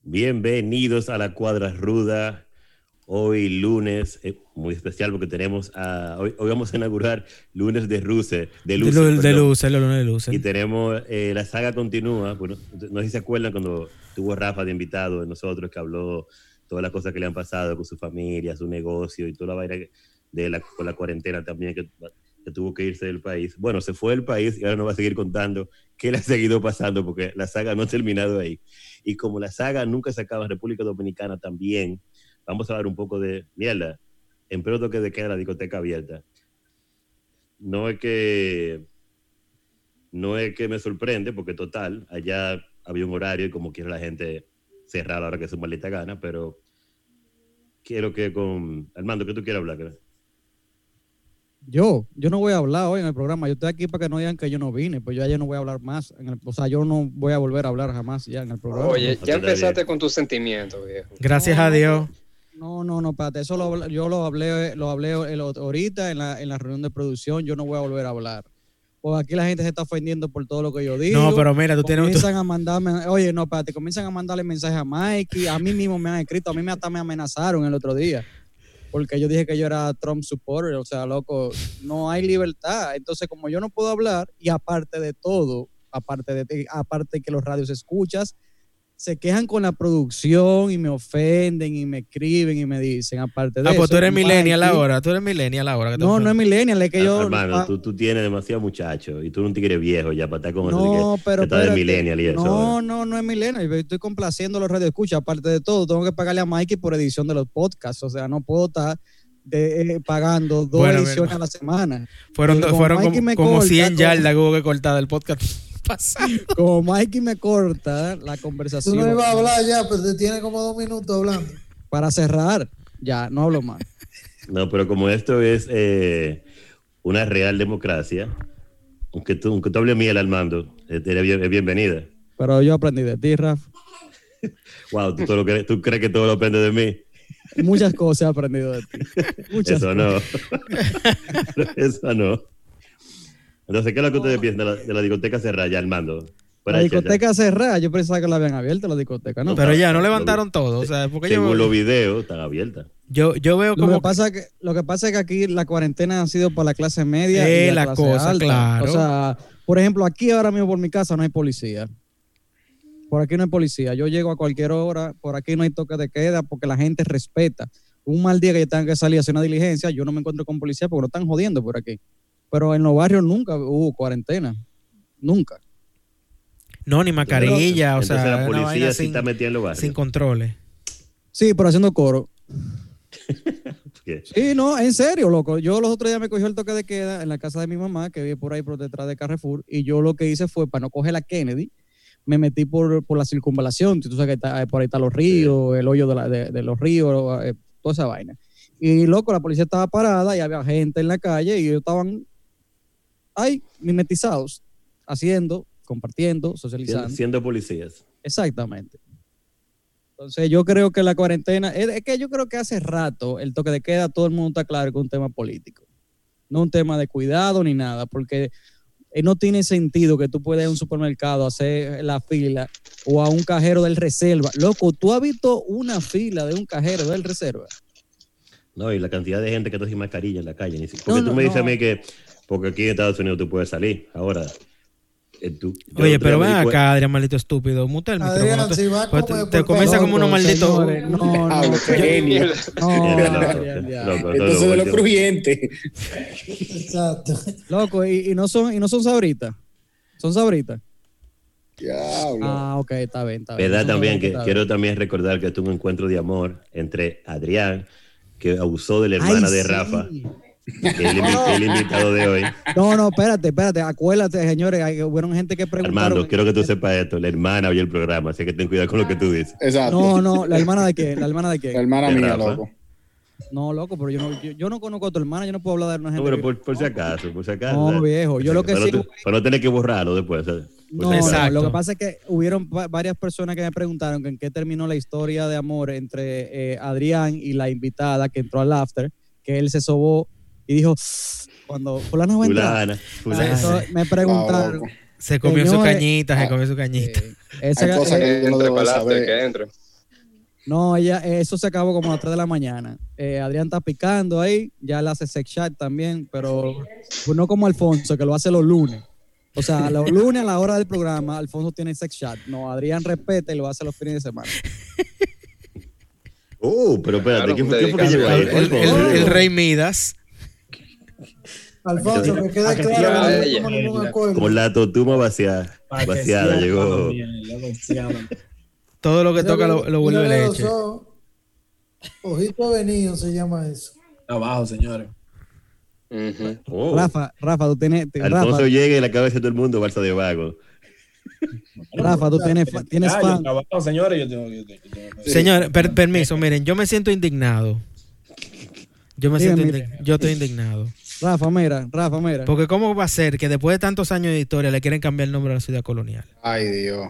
Bienvenidos a la cuadra ruda. Hoy lunes, eh, muy especial porque tenemos a. Hoy, hoy vamos a inaugurar lunes de Ruse. De De, Luce, lu- de perdón. luces, los lunes de luces. Y tenemos. eh, la saga continúa. Bueno, no sé si se acuerdan cuando tuvo Rafa de invitado de nosotros que habló todas las cosas que le han pasado con su familia, su negocio y toda la vaina que- de la, con la cuarentena también que, que tuvo que irse del país. Bueno, se fue del país y ahora nos va a seguir contando qué le ha seguido pasando porque la saga no ha terminado ahí. Y como la saga nunca se acaba en República Dominicana también, vamos a hablar un poco de mierda. En pleno toque de queda la discoteca abierta. No es que no es que me sorprende porque total, allá había un horario y como quiera la gente cerrar a la hora que su maldita gana, pero quiero que con Armando, que tú quieras hablar, creo? Yo, yo no voy a hablar hoy en el programa. Yo estoy aquí para que no digan que yo no vine, pues yo ayer no voy a hablar más. en el- o sea, yo no voy a volver a hablar jamás ya en el programa. Oye, No te da ya empezaste con tus sentimientos, viejo. Gracias No, a no, Dios. No, no, no, espérate. Eso lo, habla- yo lo hablé, lo hablé el ot- ahorita en la, en la reunión de producción. Yo no voy a volver a hablar. Pues aquí la gente se está ofendiendo por todo lo que yo digo. No, pero mira, tú tienes. tú- comienzan a mandarme, oye, no, espérate, comienzan a mandarle mensajes a Mikey, a mí mismo me han escrito, a mí me- hasta me amenazaron el otro día, porque yo dije que yo era Trump supporter, o sea, loco, no hay libertad, entonces como yo no puedo hablar, y aparte de todo, aparte de ti- aparte que los radios escuchas, se quejan con la producción y me ofenden y me escriben y me dicen, aparte de Ah, eso. pues tú eres Mikey- millennial ahora. Tú eres millennial ahora. que te No, no es ofendes. millennial, es que yo... Hermano, ah, tú, tú tienes demasiado muchacho y tú eres un tigre viejo ya para estar con eso de que- No, pero. está de espérate. millennial y eso, ¿eh? No, no, no es millennial. Yo estoy complaciendo los radioescuchas. Aparte de todo, tengo que pagarle a Mikey por edición de los podcasts. O sea, no puedo estar de- eh, pagando dos Bueno, mi ediciones a hermano. la semana. Fueron, Como fueron Mikey como, me como corta, 100 como- yardas que hubo que cortar del podcast pasado. Como Mikey me corta la Tú conversación. no ibas a hablar ya, pero te tiene como dos minutos hablando. Para cerrar, ya, no hablo más. No, pero como esto es eh, una real democracia, aunque tú, aunque tú hables miel, Armando, eh, eres bien- es bienvenida. Pero yo aprendí de ti, Raf. Wow, tú, todo lo crees, tú crees que todo lo aprende de mí. Muchas cosas he aprendido de ti. Muchas Eso no. Eso no. Entonces, ¿qué es lo que ustedes piensan de la, de la discoteca cerrada ya, Armando? Fuera La de chela. discoteca cerrada, yo pensaba que la habían abierto la discoteca, ¿no? Pero ya, no Lo- Eh, levantaron todo. O sea, porque Según los yo, videos, están abiertas. yo, yo veo Lo como. que, pasa que, lo que pasa es que aquí la cuarentena ha sido para la clase media Eh, y la, la clase cosa, alta. claro. O sea, por ejemplo, aquí ahora mismo por mi casa no hay policía. Por aquí no hay policía. Yo llego a cualquier hora, por aquí no hay toque de queda porque la gente respeta. Un mal día que yo tenga que salir a hacer una diligencia, yo no me encuentro con policía porque no están jodiendo por aquí. Pero en los barrios nunca hubo cuarentena. Nunca. no, ni mascarilla. O Entonces, sea, la una vaina policía sí sin, está metida en los barrios. sin controles. Sí, pero haciendo coro. ¿Qué? Sí, no, en serio, loco. Yo los otros días me cogió el toque de queda en la casa de mi mamá, que vive por ahí por detrás de Carrefour, y yo lo que hice fue, para no coger la Kennedy, me metí por, por la circunvalación. Tú sabes que está- eh, por ahí están los ríos, el hoyo de, la- de- de los ríos, eh, toda esa vaina. Y loco, la policía estaba parada y había gente en la calle y ellos estaban ahí, mimetizados, haciendo, compartiendo, Siendo, socializando. siendo policías. Exactamente. Entonces yo creo que la cuarentena, es, es que yo creo que hace rato el toque de queda, todo el mundo está claro que es un tema político, no un tema de cuidado ni nada, porque eh, no tiene sentido que tú puedas ir a un supermercado a hacer la fila o a un cajero del reserva. Loco, ¿tú has visto una fila de un cajero del reserva? No, y la cantidad de gente que está sin mascarilla en la calle. ni si- Porque No, tú no, me dices no. a mí que porque aquí en Estados Unidos tú puedes salir. Ahora, eh, tú- yo Oye, el otro pero día ven me di cuen- acá, Adrián, maldito estúpido. Muta el micrófono. Adrián, Te- si va a pues comer, te- por te comienza favor. como unos Loco, malditos. señores, No, no, Ah, no, lo que genio. Mierda, no, loco, loco, todo Entonces de lo los último. crujientes. Exacto. Loco, y, y no son, y no son sabritas. Son sabritas. Diablo. Ah, ok, está bien, está bien. ¿Verdad Son también? sabritas, Que está bien. quiero también recordar que tuvo un encuentro de amor entre Adrián, que abusó de la hermana Ay, de sí. Rafa, que es el, invi- el invitado de hoy. No, no, espérate, espérate. Acuérdate, señores. hay- Hubieron gente que preguntaron. Armando, quiero que tú sepas esto. La hermana oye el programa, así que ten cuidado con lo que tú dices. Exacto. No, eh. no, la hermana de quién, la hermana de La quién. hermana De mía, Rafa. loco. No, loco, pero yo no, yo, yo no conozco a tu hermana, yo Ah, no puedo hablar de una No, gente. pero que- por, por si acaso, por si acaso. No, ¿sabes? viejo, Por yo si lo acaso, que para sí- no te- Para no tener que borrarlo después. ¿sabes? Por No, si no, acaso. Exacto. lo que pasa es que hubieron va- varias personas que me preguntaron que en qué terminó la historia de amor entre eh, Adrián y la invitada que entró al after, que él se sobó y dijo, cuando fulano va a entrar. Fulana, Ah, fulana. entonces me preguntaron. Ah, loco. Se comió su Señores, cañita, se ah, comió su cañita. eh, esa- Hay cosas eh, que yo no Entre debo palabras saber. que entre. No, ella, eh, eso se acabó como a las 3 de la mañana. Eh, Adrián está picando ahí, ya le hace sex chat también, pero pues, no como Alfonso, que lo hace los lunes. O sea, los lunes a la hora del programa, Alfonso tiene sex chat. No, Adrián respeta y lo hace los fines de semana. Uh, pero espérate, Claro, ¿qué, fue- qué fue que dedicado llegó ahí? al- El, el- eh, el rey Midas. Alfonso, que quede Aquí- claro, aquí- no hay como ningún acuerdo. Con la totuma vaciada. Para que Vaciada, sea llegó. todo bien, lo vaciaban. Todo lo que toca lo, lo vuelve Mírale los leche. ojos. Ojito venido se llama eso. Abajo, señores. Ujú. Oh. Rafa, Rafa, tú tienes, te- Rafa, Alfonso llega y la cabeza de todo el mundo, balsa de vago. Rafa, tú tienes, fa- tienes Ah, yo fan. trabajo, señores, yo tengo yo tengo- yo tengo- Señor, per- permiso, miren, yo me siento indignado. Yo me Dígame. siento indig- yo estoy indignado. Rafa, mira, Rafa, mira. Porque cómo va a ser que después de tantos años de historia le quieren cambiar el nombre a la ciudad colonial. Ay, Dios.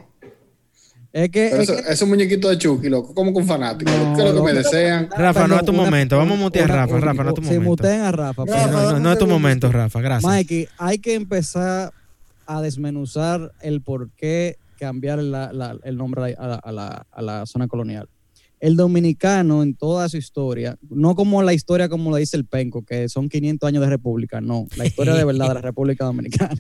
Es que, Pero es eso, que- esos muñequitos de Chucky, loco, como con fanáticos. No, ¿Qué es lo no. que me desean? Rafa, no es tu Una- momento. Vamos a mutear a una- Rafa, Rafa, no es tu Se momento. mutean a Rafa. Rafa, No, pero- no, dame no es tu un segundo. momento, Rafa, gracias. Mikey, hay que empezar a desmenuzar el por qué cambiar la- la- el nombre a la, a la- a la zona colonial. El dominicano en toda su historia, no como la historia como la dice el Penco, que son 500 años de república, no, la historia de verdad de la República Dominicana.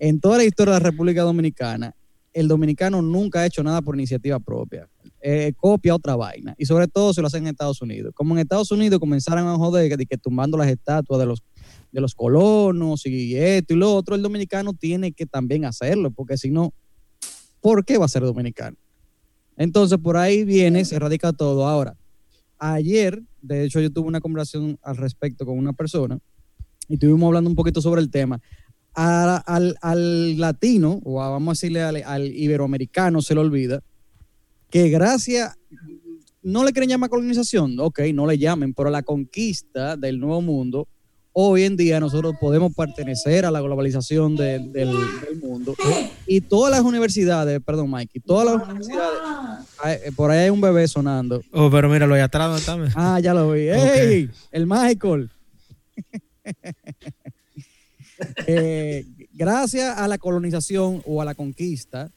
En toda la historia de la República Dominicana, el dominicano nunca ha hecho nada por iniciativa propia. Eh, copia otra vaina. Y sobre todo se lo hacen en Estados Unidos. Como en Estados Unidos comenzaron a joder que, que tumbando las estatuas de los de los colonos y esto y lo otro, el dominicano tiene que también hacerlo, porque si no, ¿por qué va a ser dominicano? Entonces, por ahí viene, se erradica todo. Ahora, ayer, de hecho, yo tuve una conversación al respecto con una persona y estuvimos hablando un poquito sobre el tema. A- al, al latino, o a- vamos a decirle al, al iberoamericano, se le olvida que gracias, no le quieren llamar colonización, ok, no le llamen, pero la conquista del nuevo mundo hoy en día nosotros podemos pertenecer a la globalización de- del, del mundo y todas las universidades, perdón Mikey, todas las universidades, ay, eh, por ahí hay un bebé sonando. Oh, pero míralo ahí atrás ¿dónde está? Mira. Ah, ya lo vi. ¡Ey! El Michael. Eh, gracias a la colonización o a la conquista,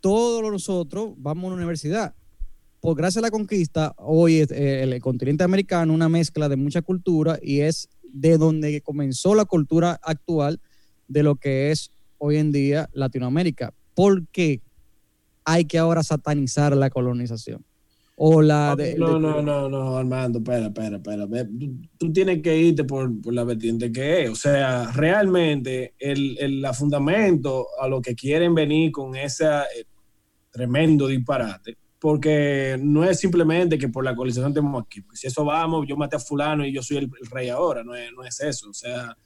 todos nosotros vamos a una universidad. Por gracias a la conquista, hoy es, eh, el continente americano una mezcla de mucha cultura y es de donde comenzó la cultura actual de lo que es hoy en día Latinoamérica. ¿Por qué hay que ahora satanizar la colonización? O la Ah, de- Ah, no, de- no, no, no, Armando, espera, espera, espera. Ve, Tú, tú tienes que irte por, por la vertiente que es. O sea, realmente el, el la fundamento a lo que quieren venir con ese eh, tremendo disparate, porque no es simplemente que por la colonización estemos aquí. Porque si eso vamos, yo maté a fulano y yo soy el, el rey ahora. No es, no es eso. O sea,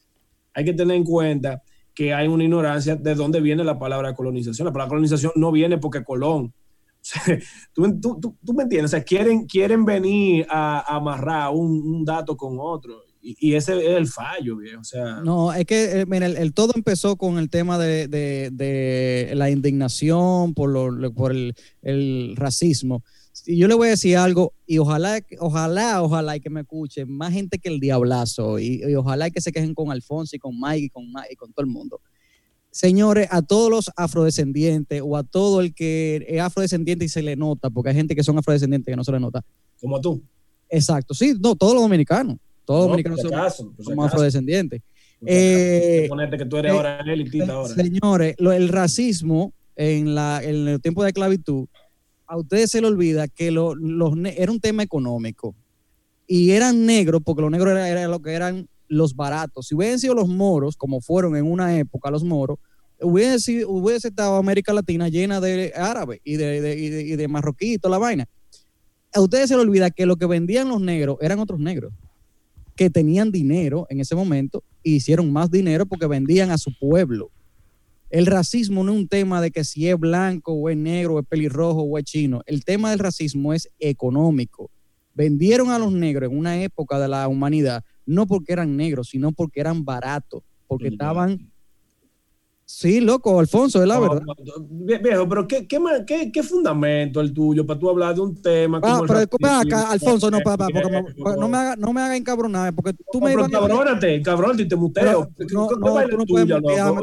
hay que tener en cuenta que hay una ignorancia de dónde viene la palabra colonización. La palabra colonización no viene porque Colón. O sea, ¿Tú, tú, tú- tú me entiendes? O sea, quieren, quieren venir a, a amarrar un, un dato con otro. Y, y ese es el fallo, viejo. O sea, No, es que eh, mira, el, el todo empezó con el tema de, de- de la indignación por, lo- lo- por el, el racismo. Y yo le voy a decir algo, y ojalá, ojalá, ojalá y que me escuchen más gente que el diablazo, y, y ojalá y que se quejen con Alfonso y con Mike y con, Ma- y con todo el mundo. Señores, a todos los afrodescendientes o a todo el que es afrodescendiente y se le nota, porque hay gente que son afrodescendientes que no se le nota. como tú. Exacto, sí, no, todos los dominicanos, todos los No, dominicanos por si son- acaso, por si somos acaso. afrodescendientes. Por si acaso. eh, Ponerte que tú eres eh, ahora elitista ahora. Señores, lo- el racismo en, la, en el tiempo de esclavitud, a ustedes se les olvida que lo- los, ne- era un tema económico. Y eran negros, porque los negros era, era lo que eran los baratos. Si hubiesen sido los moros, como fueron en una época los moros, hubiese, sido- hubiese estado América Latina llena de árabes y de, de- y de- y de marroquí y toda la vaina. A ustedes se les olvida que lo que vendían los negros eran otros negros que tenían dinero en ese momento y hicieron más dinero porque vendían a su pueblo. El racismo no es un tema de que si es blanco o es negro o es pelirrojo o es chino. El tema del racismo es económico. Vendieron a los negros en una época de la humanidad, no porque eran negros, sino porque eran baratos, porque Ujú. estaban Sí, loco, Alfonso, es la verdad. Vie- Viejo, pero ¿qué, qué, ma- qué- qué fundamento el tuyo para tú hablar de un tema? Ah, como el pero ven racismo? acá, Alfonso, no, papá, porque Viejo, me- no me haga, no me haga encabronar, porque tú No, me ibas pero a- cabrónate, cabrón, y te muteo. Pero, no, no, tú no puedes mutearme,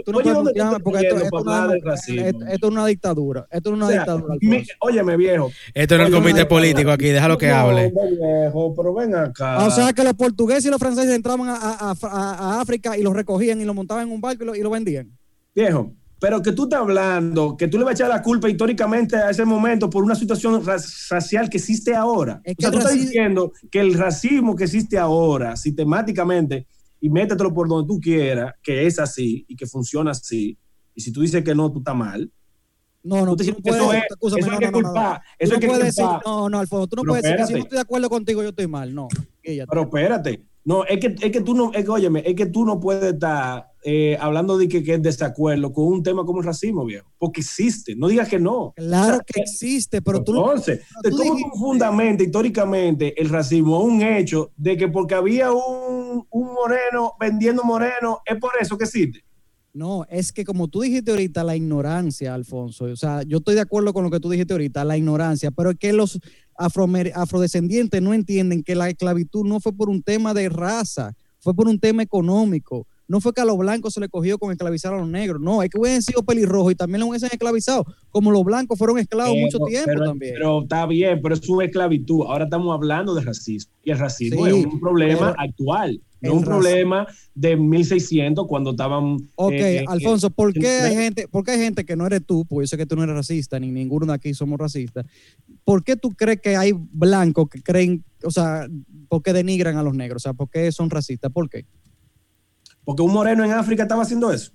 tú no puedes mutearme, porque esto, esto no es- eh, esto- esto es una dictadura, esto es una dictadura. Alfonso. Óyeme, viejo. Esto no es el Oye, comité no, político aquí, déjalo que No, hable. viejo, pero ven acá. Ah, O sea que los portugueses y los franceses entraban a, a- a- a- a África y los recogían y los montaban en un barco y lo, y lo vendían. Viejo, pero que tú estás hablando, que tú le vas a echar la culpa históricamente a ese momento por una situación ra- racial que existe ahora. Es o que sea, el tú estás raci- diciendo que el racismo que existe ahora, sistemáticamente, y métetelo por donde tú quieras, que es así y que funciona así, y si tú dices que no, tú estás mal. No, no, Tú te tú no sientes que eso puedes. es- escúchame, eso hay no, que no, no, no. culpar, Tú eso no hay que puedes decir, culpar. no, no, Alfonso, tú no Pero puedes decir que si espérate. no estoy de acuerdo contigo, yo estoy mal. No, guíllate. Pero espérate. No, es que, es que tú no, es que, óyeme, es que tú no puedes estar eh, hablando de que, que es desacuerdo con un tema como el racismo, viejo. Porque existe. No digas que no. claro eh, que existe, pero tú no. Entonces, pero tú ¿cómo dijiste- tú fundamentas históricamente el racismo a un hecho de que porque había un, un moreno vendiendo moreno, es por eso que existe? No, es que como tú dijiste ahorita, la ignorancia, Alfonso. O sea, yo estoy de acuerdo con lo que tú dijiste ahorita, la ignorancia, pero es que los afroamer- afrodescendientes no entienden que la esclavitud no fue por un tema de raza, fue por un tema económico. No fue que a los blancos se le cogió con esclavizar a los negros. No, es que hubiesen sido pelirrojos y también los hubiesen esclavizado, como los blancos fueron esclavos mucho Eh, Pero- tiempo pero- también. Pero está bien, pero es una esclavitud. Ahora estamos hablando de racismo. Y el racismo Sí, es un pero- problema actual, no El un racismo. problema de 1600 cuando estaban... Ok, eh, eh, Alfonso, ¿por qué eh, hay gente, por qué hay gente que no eres tú? Porque yo sé que tú no eres racista, ni ninguno de aquí somos racistas. ¿Por qué tú crees que hay blancos que creen, o sea, por qué denigran a los negros? O sea, ¿por qué son racistas? ¿Por qué? Porque un moreno en África estaba haciendo eso.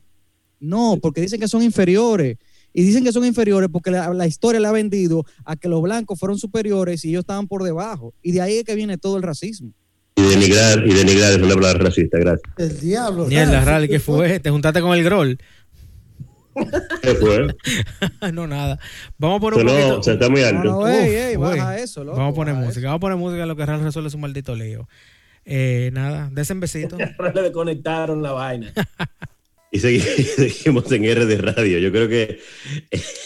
No, porque dicen que son inferiores. Y dicen que son inferiores porque la, la historia le ha vendido a que los blancos fueron superiores y ellos estaban por debajo. Y de ahí es que viene todo el racismo. Y denigrar, y denigrar es una palabra racista, gracias. El diablo. Mierda, Ralph. Rally, ¿qué fue? ¿Te juntaste con el Grol? ¿Qué fue? no, nada. Vamos a poner un Eh, pues, Sonó, poquito- o sea, está muy No, alto. no, ey, ey, Uf, baja uy. eso, loco, Vamos a poner baja música. Vamos a poner música en lo que Ral resuelve su maldito lío. Eh, nada, desen besito. Le desconectaron la vaina. Y segui- seguimos en R de radio. Yo creo que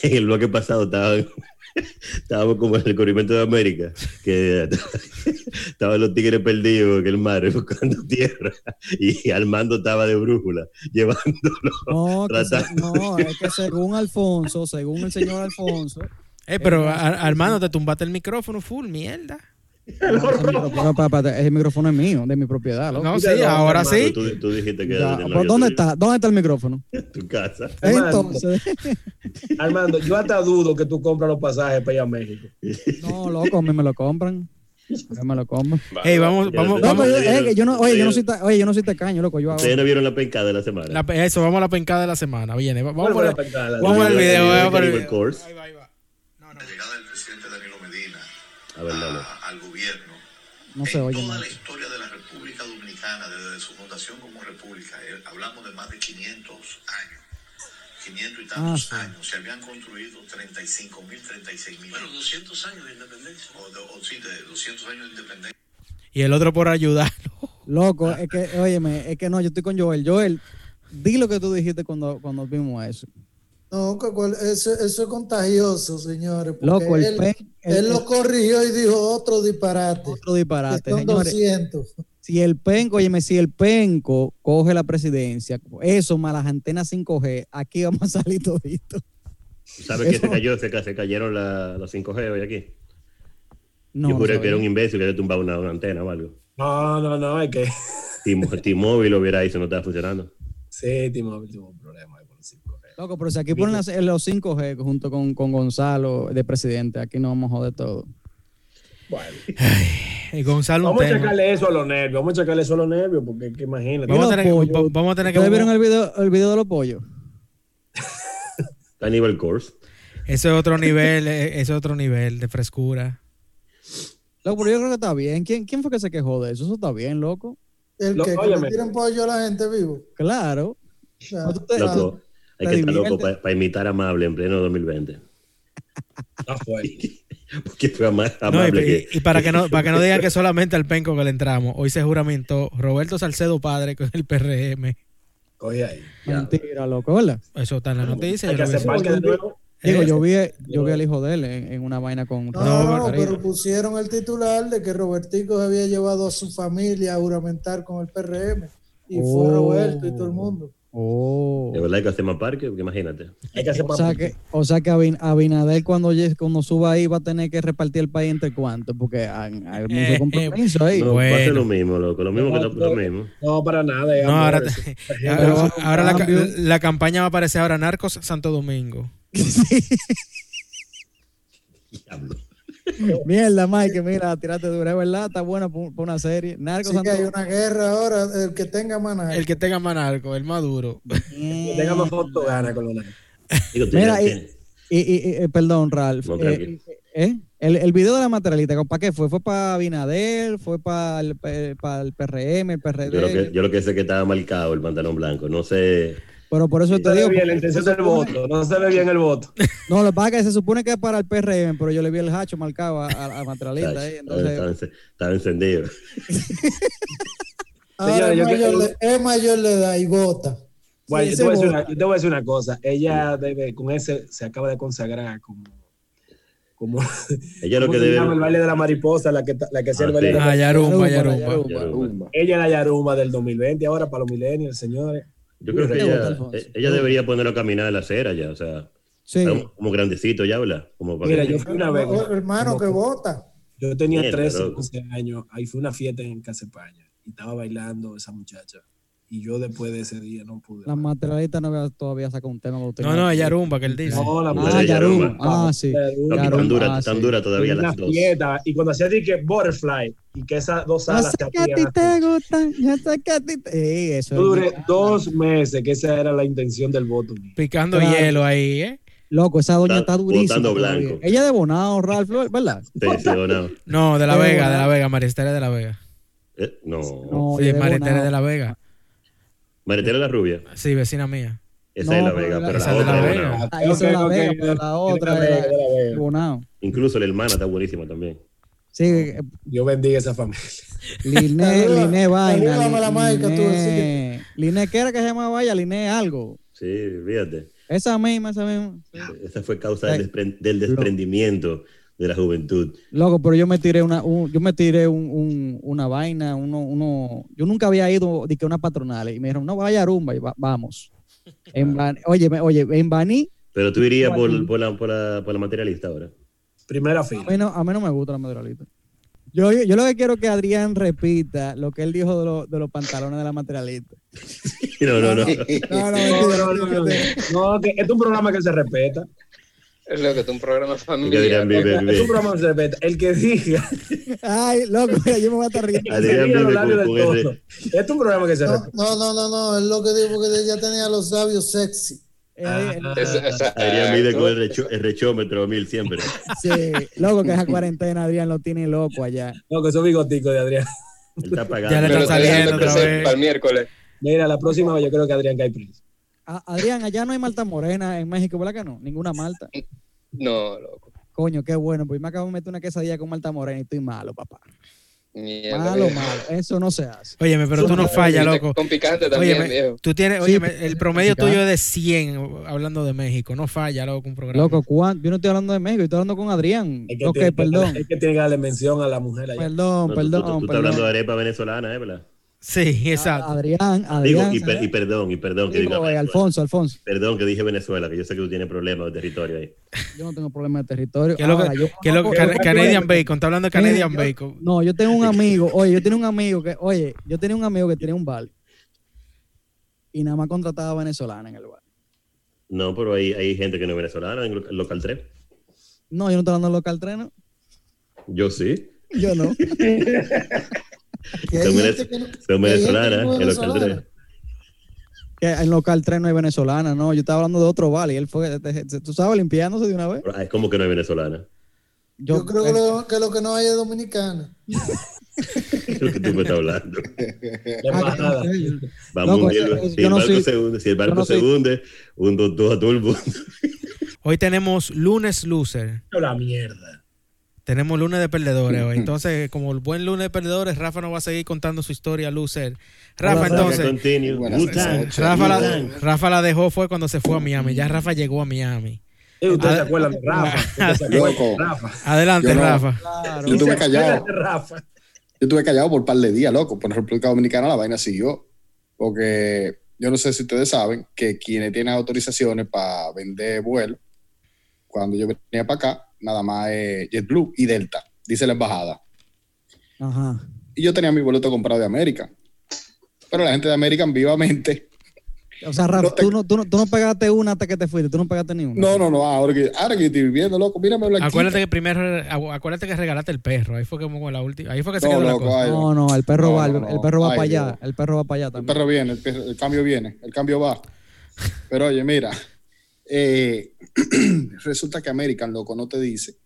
en el bloque pasado estaban- estábamos como en el descubrimiento de América, que estaban los tigres perdidos en el mar buscando tierra y Armando estaba de brújula llevándolo. No, que se- Tratando no, es que según Alfonso, según el señor Alfonso, Eh, pero Ar- Armando, te tumbaste el micrófono full, mierda. No, ese micrófono, pa- pa- el micrófono es mío, de mi propiedad. loco. No, sí, ahora sí. Tú, tú dijiste que... Ya, era de pues, novio ¿Dónde tuyo, está? ¿Dónde está el micrófono? en Tu casa. Entonces, Armando, yo hasta dudo que tú compras los pasajes para ir a México. no, loco, a mí me lo compran. A mí me lo compran. Hey, vamos- Vale, vamos- ya Loco, vamos- yo, ustedes eh, que yo no, oye, yo no soy, ustedes- ta- oye, yo no soy tacaño, loco, yo hago. Ustedes no vieron la pencada de la semana. La- eso, vamos a la pencada de la semana. Viene, va- vamos a Vuelve poner, la pencada, la- vamos a poner el la- video. la- vamos a la- poner el Cannibal video. Corpse. Ahí va, ahí va. No, no. La llegada del presidente Danilo Medina A ver, dale. a- al gobierno. No se en oye toda mal. la historia de la República Dominicana, desde su fundación como república, eh, hablamos de más de 500 años. 500 y tantos sí. años. Se habían construido 35 mil, 36 mil. Bueno, 200 años de independencia. O, de- o sí, de 200 años de independencia. Y el otro por ayudar. Loco, es que, óyeme, es que no, yo estoy con Joel. Joel, di lo que tú dijiste cuando, cuando vimos eso. No, que cual- eso, eso es contagioso, señores. porque Loco, el él, pen- el- él el- lo corrigió y dijo otro disparate. Otro que disparate, son señores. 200. Si el penco, óyeme, si el penco coge la presidencia, eso más las antenas 5G, aquí vamos a salir todito. ¿Sabes que Eso- se cayó? Se, ca- se cayeron la- los 5G hoy aquí. No, yo no juré se que era oye. un imbécil que había tumbado una, una antena o algo. No, no, no, es que. T- T-Mobile lo hubiera hecho, no estaba funcionando. Sí, Timón, tuvo un problema ahí con el 5G. Loco, pero si aquí ponen las- eh, los 5G junto con, con Gonzalo de presidente, aquí nos vamos a joder todo. Bueno, Eh, Gonzalo, un vamos a tema. checarle eso a los nervios, vamos a checarle eso a los nervios, porque es que imagínate. Vamos a los tener, pollos. va- vamos a tener que. ¿Ustedes vieron el video, el video de los pollos? Cannibal Course. Eso es otro nivel, eh, eso es otro nivel de frescura. Loco, pero yo creo que está bien. ¿Quién, quién fue que se quejó de eso? Eso está bien, loco. El Lo- que, que óyeme. le tiran pollo a la gente vivo. Claro. O sea, No, tú te- Loco, hay que estar divierte. loco para imitar a Amable en pleno 2020. Está fuerte. Porque fue ama- No, y, Amable y- que... y para que no, para que no digan que solamente al penco que le entramos, hoy se juramentó Roberto Salcedo padre con el PRM. Oye ahí. Mentira, loco, ¿verdad? Eso está en la noticia. Hay yo lo que vi. hacer parque de nuevo. Digo, Eh, yo vi, yo vi al hijo de él en, en una vaina con... No, no, pero pusieron el titular de que Robertico se había llevado a su familia a juramentar con el PRM. Y Oh. fue Roberto y todo el mundo. Oh. De verdad hay que hacer más parque, porque imagínate. Hay que hacer O sea parque. que, o sea que Abin- Abinader cuando, llegue- cuando suba ahí va a tener que repartir el país entre cuántos, porque hay, hay Eh, eh, mucho compromiso ahí. no. No, va a ser Bueno. lo mismo, loco. Lo mismo que está- lo mismo. No, para nada. es No, amor, ahora, eso. ahora- va a haber ahora un la, ca- cambio. la campaña va a aparecer ahora Narcos Santo Domingo. Diablo. Mierda, Mike, mira, tirate dura, es verdad, está buena por por una serie. Narcos Así que hay Santo- una guerra ahora, el que tenga maná. El que tenga más narco, el Maduro. Ah. Que tenga más foto gana con una. Digo, Mira, tiene- y- Y, y- y- eh, perdón, Ralph. No, eh, tranquilo. eh, el, el video de la materialista, ¿para qué fue? ¿Fue para Abinader? ¿Fue para el, pe- para el PRM, el PRD? Yo lo, que, yo lo que sé que estaba marcado el pantalón blanco. No sé. Pero por eso No te se ve digo... bien la porque intención se del supone- voto. No se ve bien el voto. No, lo que pasa es que se supone que es para el PRM, pero yo le vi el hacho marcado a, a, a materialista. estaba- ahí, entonces, estaba, enc- estaba encendido. Ahora es, Señores, yo que- mayor, de- es mayor de edad y vota. Bueno, Sí, yo, ese te voy a decir vota. una, yo te voy a decir una cosa. Ella debe, con ese se acaba de consagrar como. como Ella lo ¿cómo que se debe. llama el baile de la mariposa, la que, ta- la que hacía Ah, el baile sí. de la- Ah, Yarumba, Yarumba. Yarumba. Ah, Ella es la Yaruma del 2020, ahora para los millennials, señores. Yo creo que Te vota, ella, Alfonso. eh, ella debería ponerlo a caminar en la acera ya. O sea, sí. está como, como grandecito ya, ¿verdad? Como para Mira, que- yo fui una vez. Oh, hermano, que vota. Yo tenía Mierda, 13, loco. 11 años. Ahí fue una fiesta en Casepaña y estaba bailando esa muchacha. Y yo después de ese día no pude. La más. materialista no había todavía sacado un tema. cuando No, tenía- no, es Yarumba que él dice. No, la Mujer Ah, de Yaruma. Yaruma. Ah, sí. Papi, Yaruma. Yaruma, tan dura, ah, tan sí. dura todavía a Una las dos. fiesta. Y cuando hacía dije butterfly y que esas dos Yo alas sé se que a ti hacían así. te gusta, yo sé que a ti te... Ey, eso Yo es- duré dos meses, que esa era la intención del voto. mío. Picando Claro. hielo ahí, ¿eh? Loco, esa doña Está está durísima. botando todavía. blanco. Ella es de Bonao, Ralph, ¿lo- ¿verdad? Sí, sí, o no. No, de la Qué Vega, bueno. de la Vega, Maristela de la Vega. Eh, no. No, Sí, ella es de Maristela Bonao. de la Vega. Maretela la rubia. Sí, vecina mía. Esa No, es la pero vega, la- pero esa la es de la otra es Vega. una. Ah, esa es la Ok, ok, Vega, ok. pero la otra Era la Vega, es eh. era la de Vega. Bonao. Incluso la hermana está buenísima también. Sí, eh, Dios bendiga esa familia. Liné, Saluda- Liné Vaina. salúdame a la Maica, tú, Liné, Liné, ¿qué era que se llamaba Vaya? Liné algo. Sí, fíjate. Esa misma, esa misma. Esa fue causa del, Ay. despren- del desprendimiento de la juventud. Loco, pero yo me tiré una, un- yo me tiré un- un- una vaina, uno, uno, yo nunca había ido de que una patronal y me dijeron, no vaya a rumba y va- vamos. En Ban- oye, me- oye, en Baní, Pero tú irías por, por la, por, la, por la materialista ahora. Primera a fila. mí no, a mí no me gusta la materialista. Yo, yo, yo lo que quiero es que Adrián repita lo que él dijo de, lo- de los pantalones de la materialista. No, no, no. No, no, No, mentira, no, no, no, no. No, que este es un programa que se respeta. Este Es lo que es un programa Que familiar. Adrián vive, Es un vive. programa que se respeta. El que diga, Ay, loco, mira, yo me voy a estar riendo. el que Adrián diga los vive labios con, del con ese- todo. Este es un programa que se no, respeta. no, no, no, no, es lo que dijo que ella tenía los sabios sexy. Eh, eh, Es- exacto. Adrián vive con el, recho- el rechómetro mil siempre. sí, loco, que esa cuarentena Adrián lo tiene loco allá. No, que esos bigoticos de Adrián. Él está Ya le Me lo pagando. está estoy dejando saliendo otra crecer vez. para el miércoles. Mira, la próxima vez yo creo que Adrián cae preso. A- Adrián, allá no hay Malta Morena en México, ¿verdad que no? Ninguna Malta. No, loco. Coño, qué bueno, pues me acabo de meter una quesadilla con Malta Morena y estoy malo, papá. Mierda, Malo, viejo. malo. Eso no se hace. Óyeme, pero tú no fallas, loco. Con picante también, Óyeme, viejo. tú tienes, Sí, óyeme, pero- el promedio tuyo es de 100, hablando de México. No falla, loco, un programa. Loco, ¿cuán- yo no estoy hablando de México, yo estoy hablando con Adrián. Es que, Ok, tiene, que- perdón. es que tiene que darle mención a la mujer allá. Perdón, No, tú- tú, tú perdón, estás hablando de perdón. arepa venezolana, ¿eh? ¿verdad? Sí, A- exacto. Adrián, Digo, Adrián. y, per- y perdón, y perdón que Digo, diga eh, Venezuela. Alfonso, Alfonso. Perdón que dije Venezuela, que yo sé que tú tienes problemas de territorio ahí. Yo no tengo problema de territorio. ¿Qué loco- Ahora, yo Que loco, conozco- Can- ah, Canadian Bacon, está hablando de Canadian Mira, yo- Bacon. No, yo tengo un amigo, oye, yo tenía un amigo que, oye, yo tenía un amigo que tenía un bar y nada más contrataba a venezolana en el bar. No, pero hay, hay gente que no es venezolana en lo- local 3. No, yo no estoy hablando de local treno. Yo sí. Yo no. Que hay Son, venez- gente que no- son que hay gente venezolanas ¿eh? que no es en local 3. venezolana. Que en local 3 no hay venezolana, no. Yo estaba hablando de otro bar y él fue, te- te- tú sabes, limpiándose de una vez. eh, ah, Pero, ay, ¿Cómo que no es venezolana? Yo, creo que lo, que lo que no hay es dominicana. Es lo que tú me estás hablando. La Ah, embajada. Vamos Loco, a hundirlo. yo- Si yo el no barco soy- se hunde, si el barco no se soy- hunde, un dos, dos a todo el mundo. Hoy tenemos lunes loser. La mierda. Tenemos lunes de perdedores hoy. Entonces, como el buen lunes de perdedores, Rafa nos va a seguir contando su historia, Lucer. Rafa, Hola, Rafa, entonces, Continue. Buenas Wu-Tang, noches. Rafa Wu-Tang. la, Rafa la dejó fue cuando se fue a Miami. Ya Rafa llegó a Miami. Eh, ¿Ustedes Ah, se acuerdan de Rafa? ¿Ustedes se acuerdan de Loco. Rafa? Adelante, Yo no. Rafa. Claro. Yo tuve ¿Se acuerdan callado. de Rafa? Yo tuve callado por un par de días, loco. Por República Dominicana la vaina siguió. Porque yo no sé si ustedes saben que quienes tienen autorizaciones para vender vuelos, cuando yo venía para acá, nada más es JetBlue y Delta, dice la embajada. Ajá. Y yo tenía mi boleto comprado de América. Pero la gente de American vivamente. O sea, Rafa, No te- tú, no, tú, no, tú no pegaste una hasta que te fuiste, tú no pegaste ni una. No, no, no. Ahora que, ahora que estoy viviendo, loco, mírame la Acuérdate que primero acu- acuérdate que regalaste el perro. Ahí fue que como la última, ahí fue que se No, quedó la loco, cosa. ay, No, no, el perro No, va, el- no, no. el perro va Ay, para allá, Dios. el perro va para allá El también. perro viene, el, perro- el cambio viene, el cambio va. Pero oye, mira, eh, resulta que American, loco, no te dice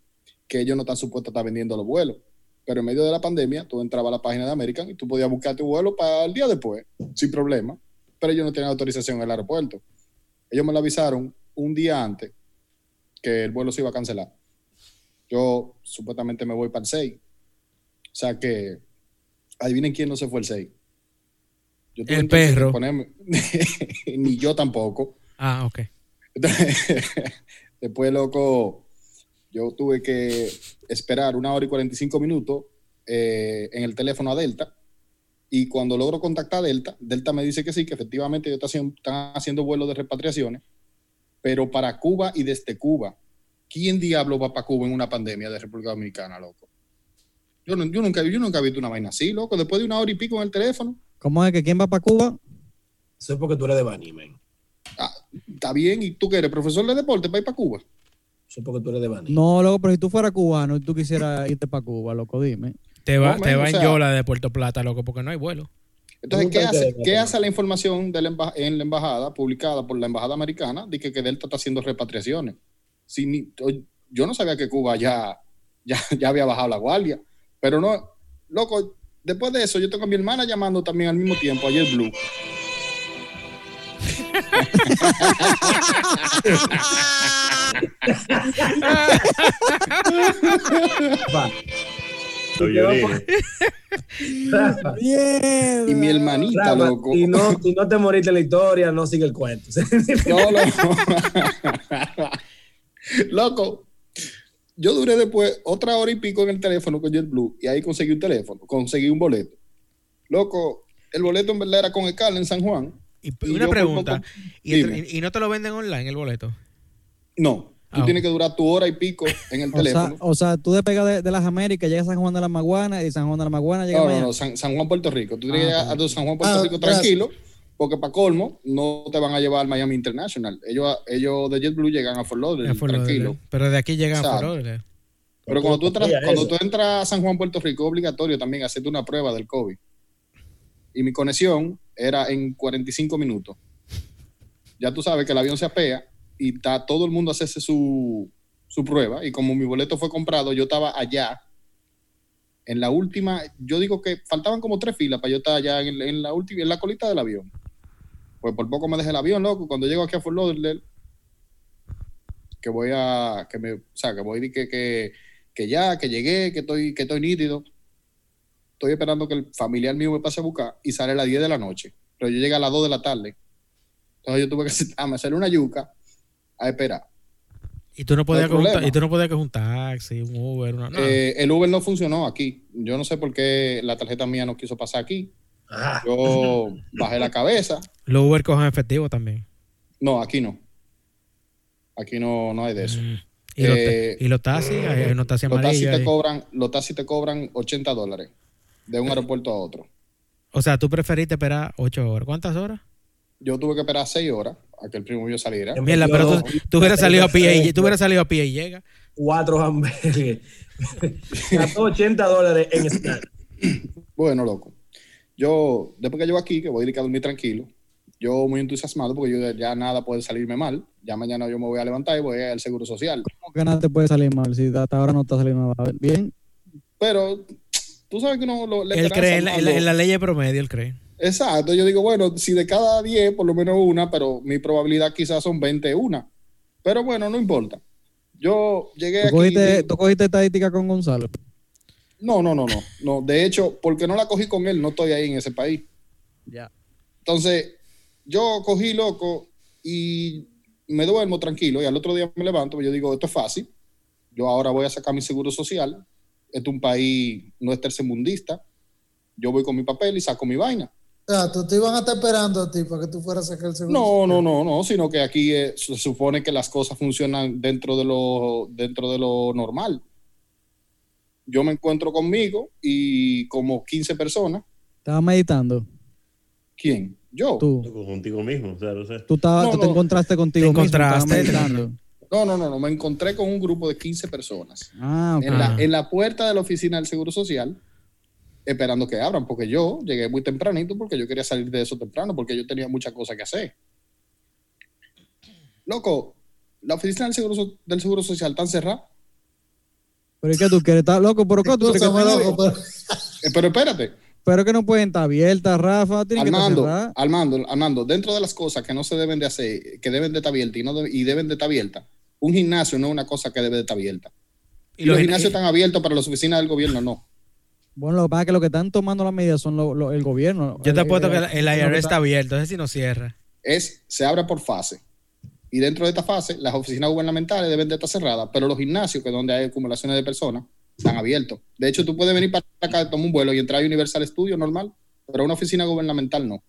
que ellos no están supuestos a estar vendiendo los vuelos. Pero en medio de la pandemia, tú entrabas a la página de American y tú podías buscar tu vuelo para el día después, sin problema. Pero ellos no tenían autorización en el aeropuerto. Ellos me lo avisaron un día antes que el vuelo se iba a cancelar. Yo supuestamente me voy para el 6. O sea que, adivinen quién no se fue el 6. Yo tuve El entonces que perro. ponerme- Ni yo tampoco. Ah, ok. Entonces, después, loco, yo tuve que esperar una hora y 45 minutos eh, en el teléfono a Delta. Y cuando logro contactar a Delta, Delta me dice que sí, que efectivamente ellos están haciendo- están haciendo vuelos de repatriaciones, pero para Cuba y desde Cuba. ¿Quién diablo va para Cuba en una pandemia de República Dominicana, loco? Yo, no- yo nunca, yo nunca he visto una vaina así, loco. Después de una hora y pico en el teléfono, ¿Cómo es que quién va para Cuba? Eso es porque tú eres de Bani, man. está bien. ¿Y tú qué eres? ¿Profesor de deporte para ir para Cuba? Eso es porque tú eres de Bani. No, loco, pero si tú fueras cubano y tú quisieras irte para Cuba, loco, dime. Te va, No, te man, va o en sea- Yola de Puerto Plata, loco, porque no hay vuelo. Entonces, Nunca ¿qué hay que hace, dejar qué de- hace la información de la emba- en la embajada, publicada por la embajada americana, de que, que Delta está haciendo repatriaciones? Si ni- o- yo no sabía que Cuba ya, ya, ya había bajado la guardia, pero no, loco, después de eso yo tengo a mi hermana llamando también al mismo tiempo, ayer Blue. Rafa, Lo lloré. Rafa, Bien. Y mi hermanita, Rafa, loco. si, no, si no te moriste en la historia, no sigue el cuento. No, loco. Loco, yo duré después otra hora y pico en el teléfono con JetBlue y ahí conseguí un teléfono, conseguí un boleto. Loco, el boleto en verdad era con Escala en San Juan. Y, Y una yo por pregunta, poco- ¿y, entre- Dime. y- y no te lo venden online el boleto? No, tú Ah. tienes que durar tu hora y pico en el O sea, teléfono. o sea, tú despegas de, de las Américas, llegas a San Juan de la Maguana y de San Juan de la Maguana llega no, a no, Miami. no, San, San Juan, Puerto Rico. Tú tienes que Ah, llegar ok. a San Juan, Puerto Ah, Rico gracias. tranquilo, porque para colmo no te van a llevar al Miami International. Ellos, ellos de JetBlue llegan a Fort Lauderdale, A Fort tranquilo. Lauderdale. Pero de aquí llegan a Exacto. Fort Lauderdale. Pero cuando tú, entras, Mira cuando eso. tú entras a San Juan, Puerto Rico, es obligatorio también hacerte una prueba del COVID. Y mi conexión era en 45 minutos. Ya tú sabes que el avión se apea y está todo el mundo hacerse su, su prueba. Y como mi boleto fue comprado, yo estaba allá. En la última, yo digo que faltaban como tres filas para yo estar allá en, en la última, en la colita del avión. Pues por poco me dejé el avión, loco. Cuando llego aquí a Fort Lauderdale, que voy a, que me, o sea, que voy de que, que, que ya, que llegué, que estoy, que estoy nítido. Estoy esperando que el familiar mío me pase a buscar y sale a las 10 de la noche. Pero yo llegué a las 2 de la tarde. Entonces yo tuve que sentarme a hacer una yuca a esperar. Y tú no podías hay coger un ta- problema. y tú no podías coger un taxi, un Uber, una nada. Eh, el Uber no funcionó aquí. Yo no sé por qué la tarjeta mía no quiso pasar aquí. Ah, Yo bajé la cabeza. Los Uber cojan efectivo también. No, aquí no. Aquí no, no hay de Mm, eso. Y, los, Eh, ta- y los taxis, hay hay unos taxis Los taxis, amarillos. te ahí. cobran, los taxis te cobran 80 dólares de un aeropuerto a otro. O sea, tú preferiste esperar ocho horas. ¿Cuántas horas? Yo tuve que esperar 6 horas a que el primo mío saliera. Yo me Mierda, pero tú, quedo- tú hubieras salido a pie y Yo- tú hubieras salido a pie y llega. cuatro hamburgues. Gastó 80 dólares en Star. Bueno, loco. Yo, después que llevo aquí, que voy a ir a dormir tranquilo, yo muy entusiasmado porque yo ya nada puede salirme mal. Ya mañana yo me voy a levantar y voy al Seguro Social. ¿Cómo que nada te puede salir mal? Si hasta ahora no está saliendo nada bien. Pero tú sabes que uno lo, la Él esperanza cree en la, en la- cuando- en la ley de promedio, él cree. Exacto. Yo digo, bueno, si de cada 10, por lo menos una, pero mi probabilidad quizás son 20, una. Pero bueno, no importa. Yo llegué ¿Tú aquí. cogiste, tú cogiste estadística con Gonzalo. No, no, no, no, no. De hecho, porque no la cogí con él, no estoy ahí en ese país. Ya. Entonces, yo cogí loco y me duermo tranquilo y al otro día me levanto y yo digo, esto es fácil. Yo ahora voy a sacar mi seguro social. Este es un país, no es tercermundista. Yo voy con mi papel y saco mi vaina. O sea, tú te iban a estar esperando a ti para que tú fueras a sacar el seguro. No, no, no, no, sino que aquí eh, se supone que las cosas funcionan dentro de lo, dentro de lo normal. Yo me encuentro conmigo y como 15 personas. Estabas meditando. ¿Quién? Yo. Tú. Loco, Contigo mismo, o sea, no sé. Tú, estabas- No, tú te no. encontraste contigo. Te mismo, estabas encontraste. meditando. No, no, no, no, me encontré con un grupo de 15 personas Ah, ok. en la, en la puerta de la oficina del Seguro Social, esperando que abran, porque yo llegué muy tempranito porque yo quería salir de eso temprano, porque yo tenía muchas cosas que hacer. Loco, la oficina del Seguro, So- del seguro Social tan cerrada. Pero es que tú quieres estar loco. Pero, ¿qué tú- Tú pero, sabes, te- loco, pero- Eh, pero espérate, pero que no pueden estar abiertas, Rafa. Tienen que estar Armando, cerradas. Armando, Armando, dentro de las cosas que no se deben de hacer, que deben de estar abiertas y, no de- y deben de estar abiertas, un gimnasio no es una cosa que debe de estar abierta. Y los gimnasios están abiertos, para las oficinas del gobierno no. Bueno, lo que pasa es que lo que están tomando las medidas son lo- lo- el gobierno. Yo te Eh, apuesto eh, que el lo IRS está- está abierto, ese sí no cierra. es se abra por fase. Y dentro de esta fase, las oficinas gubernamentales deben de estar cerradas, pero los gimnasios, que es donde hay acumulaciones de personas, están abiertos. De hecho, tú puedes venir para acá, tomar un vuelo y entrar a Universal Studios normal, pero a una oficina gubernamental no.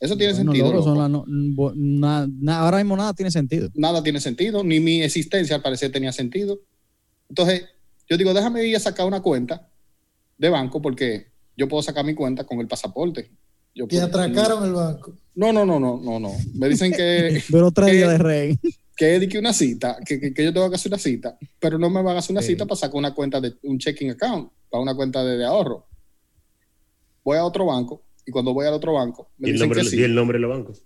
Eso tiene Bueno, sentido. loco, son loco. las no- bo- na- na- ahora mismo nada tiene sentido. Nada tiene sentido, ni mi existencia al parecer tenía sentido. Entonces, yo digo, déjame ir a sacar una cuenta de banco porque yo puedo sacar mi cuenta con el pasaporte. Yo Y puedo- atracaron el banco. No, no, no, no, no, no. Me dicen que Duró tres Eh, días de rey. que dedique una cita, que, que- que yo tengo que hacer una cita, pero no me van a hacer una Sí. cita para sacar una cuenta de un checking account, para una cuenta de, de ahorro. Voy a otro banco y cuando voy al otro banco, me Y el dicen nombre, que sí. y el nombre de los bancos.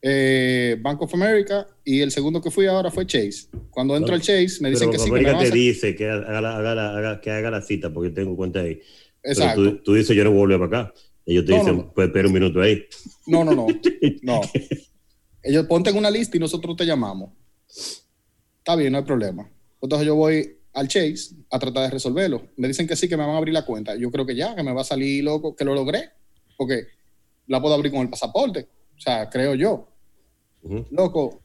Eh, Bank of America y el segundo que fui ahora fue Chase. Cuando entro Ah. al Chase, me dicen Pero que sí. Que me América van a te sacar- dice que haga, la- haga la- haga- que haga la cita porque tengo cuenta ahí. Pero Exacto. tú, tú dices, yo no vuelvo para acá. Ellos te No, dicen, no, no. pues espera un minuto ahí. No, no, no. No. Ellos ponten una lista y nosotros te llamamos. Está bien, no hay problema. Entonces yo voy al Chase a tratar de resolverlo. Me dicen que sí, que me van a abrir la cuenta. Yo creo que ya, que me va a salir loco, que lo logré, porque la puedo abrir con el pasaporte. O sea, creo yo. Ujú. Loco,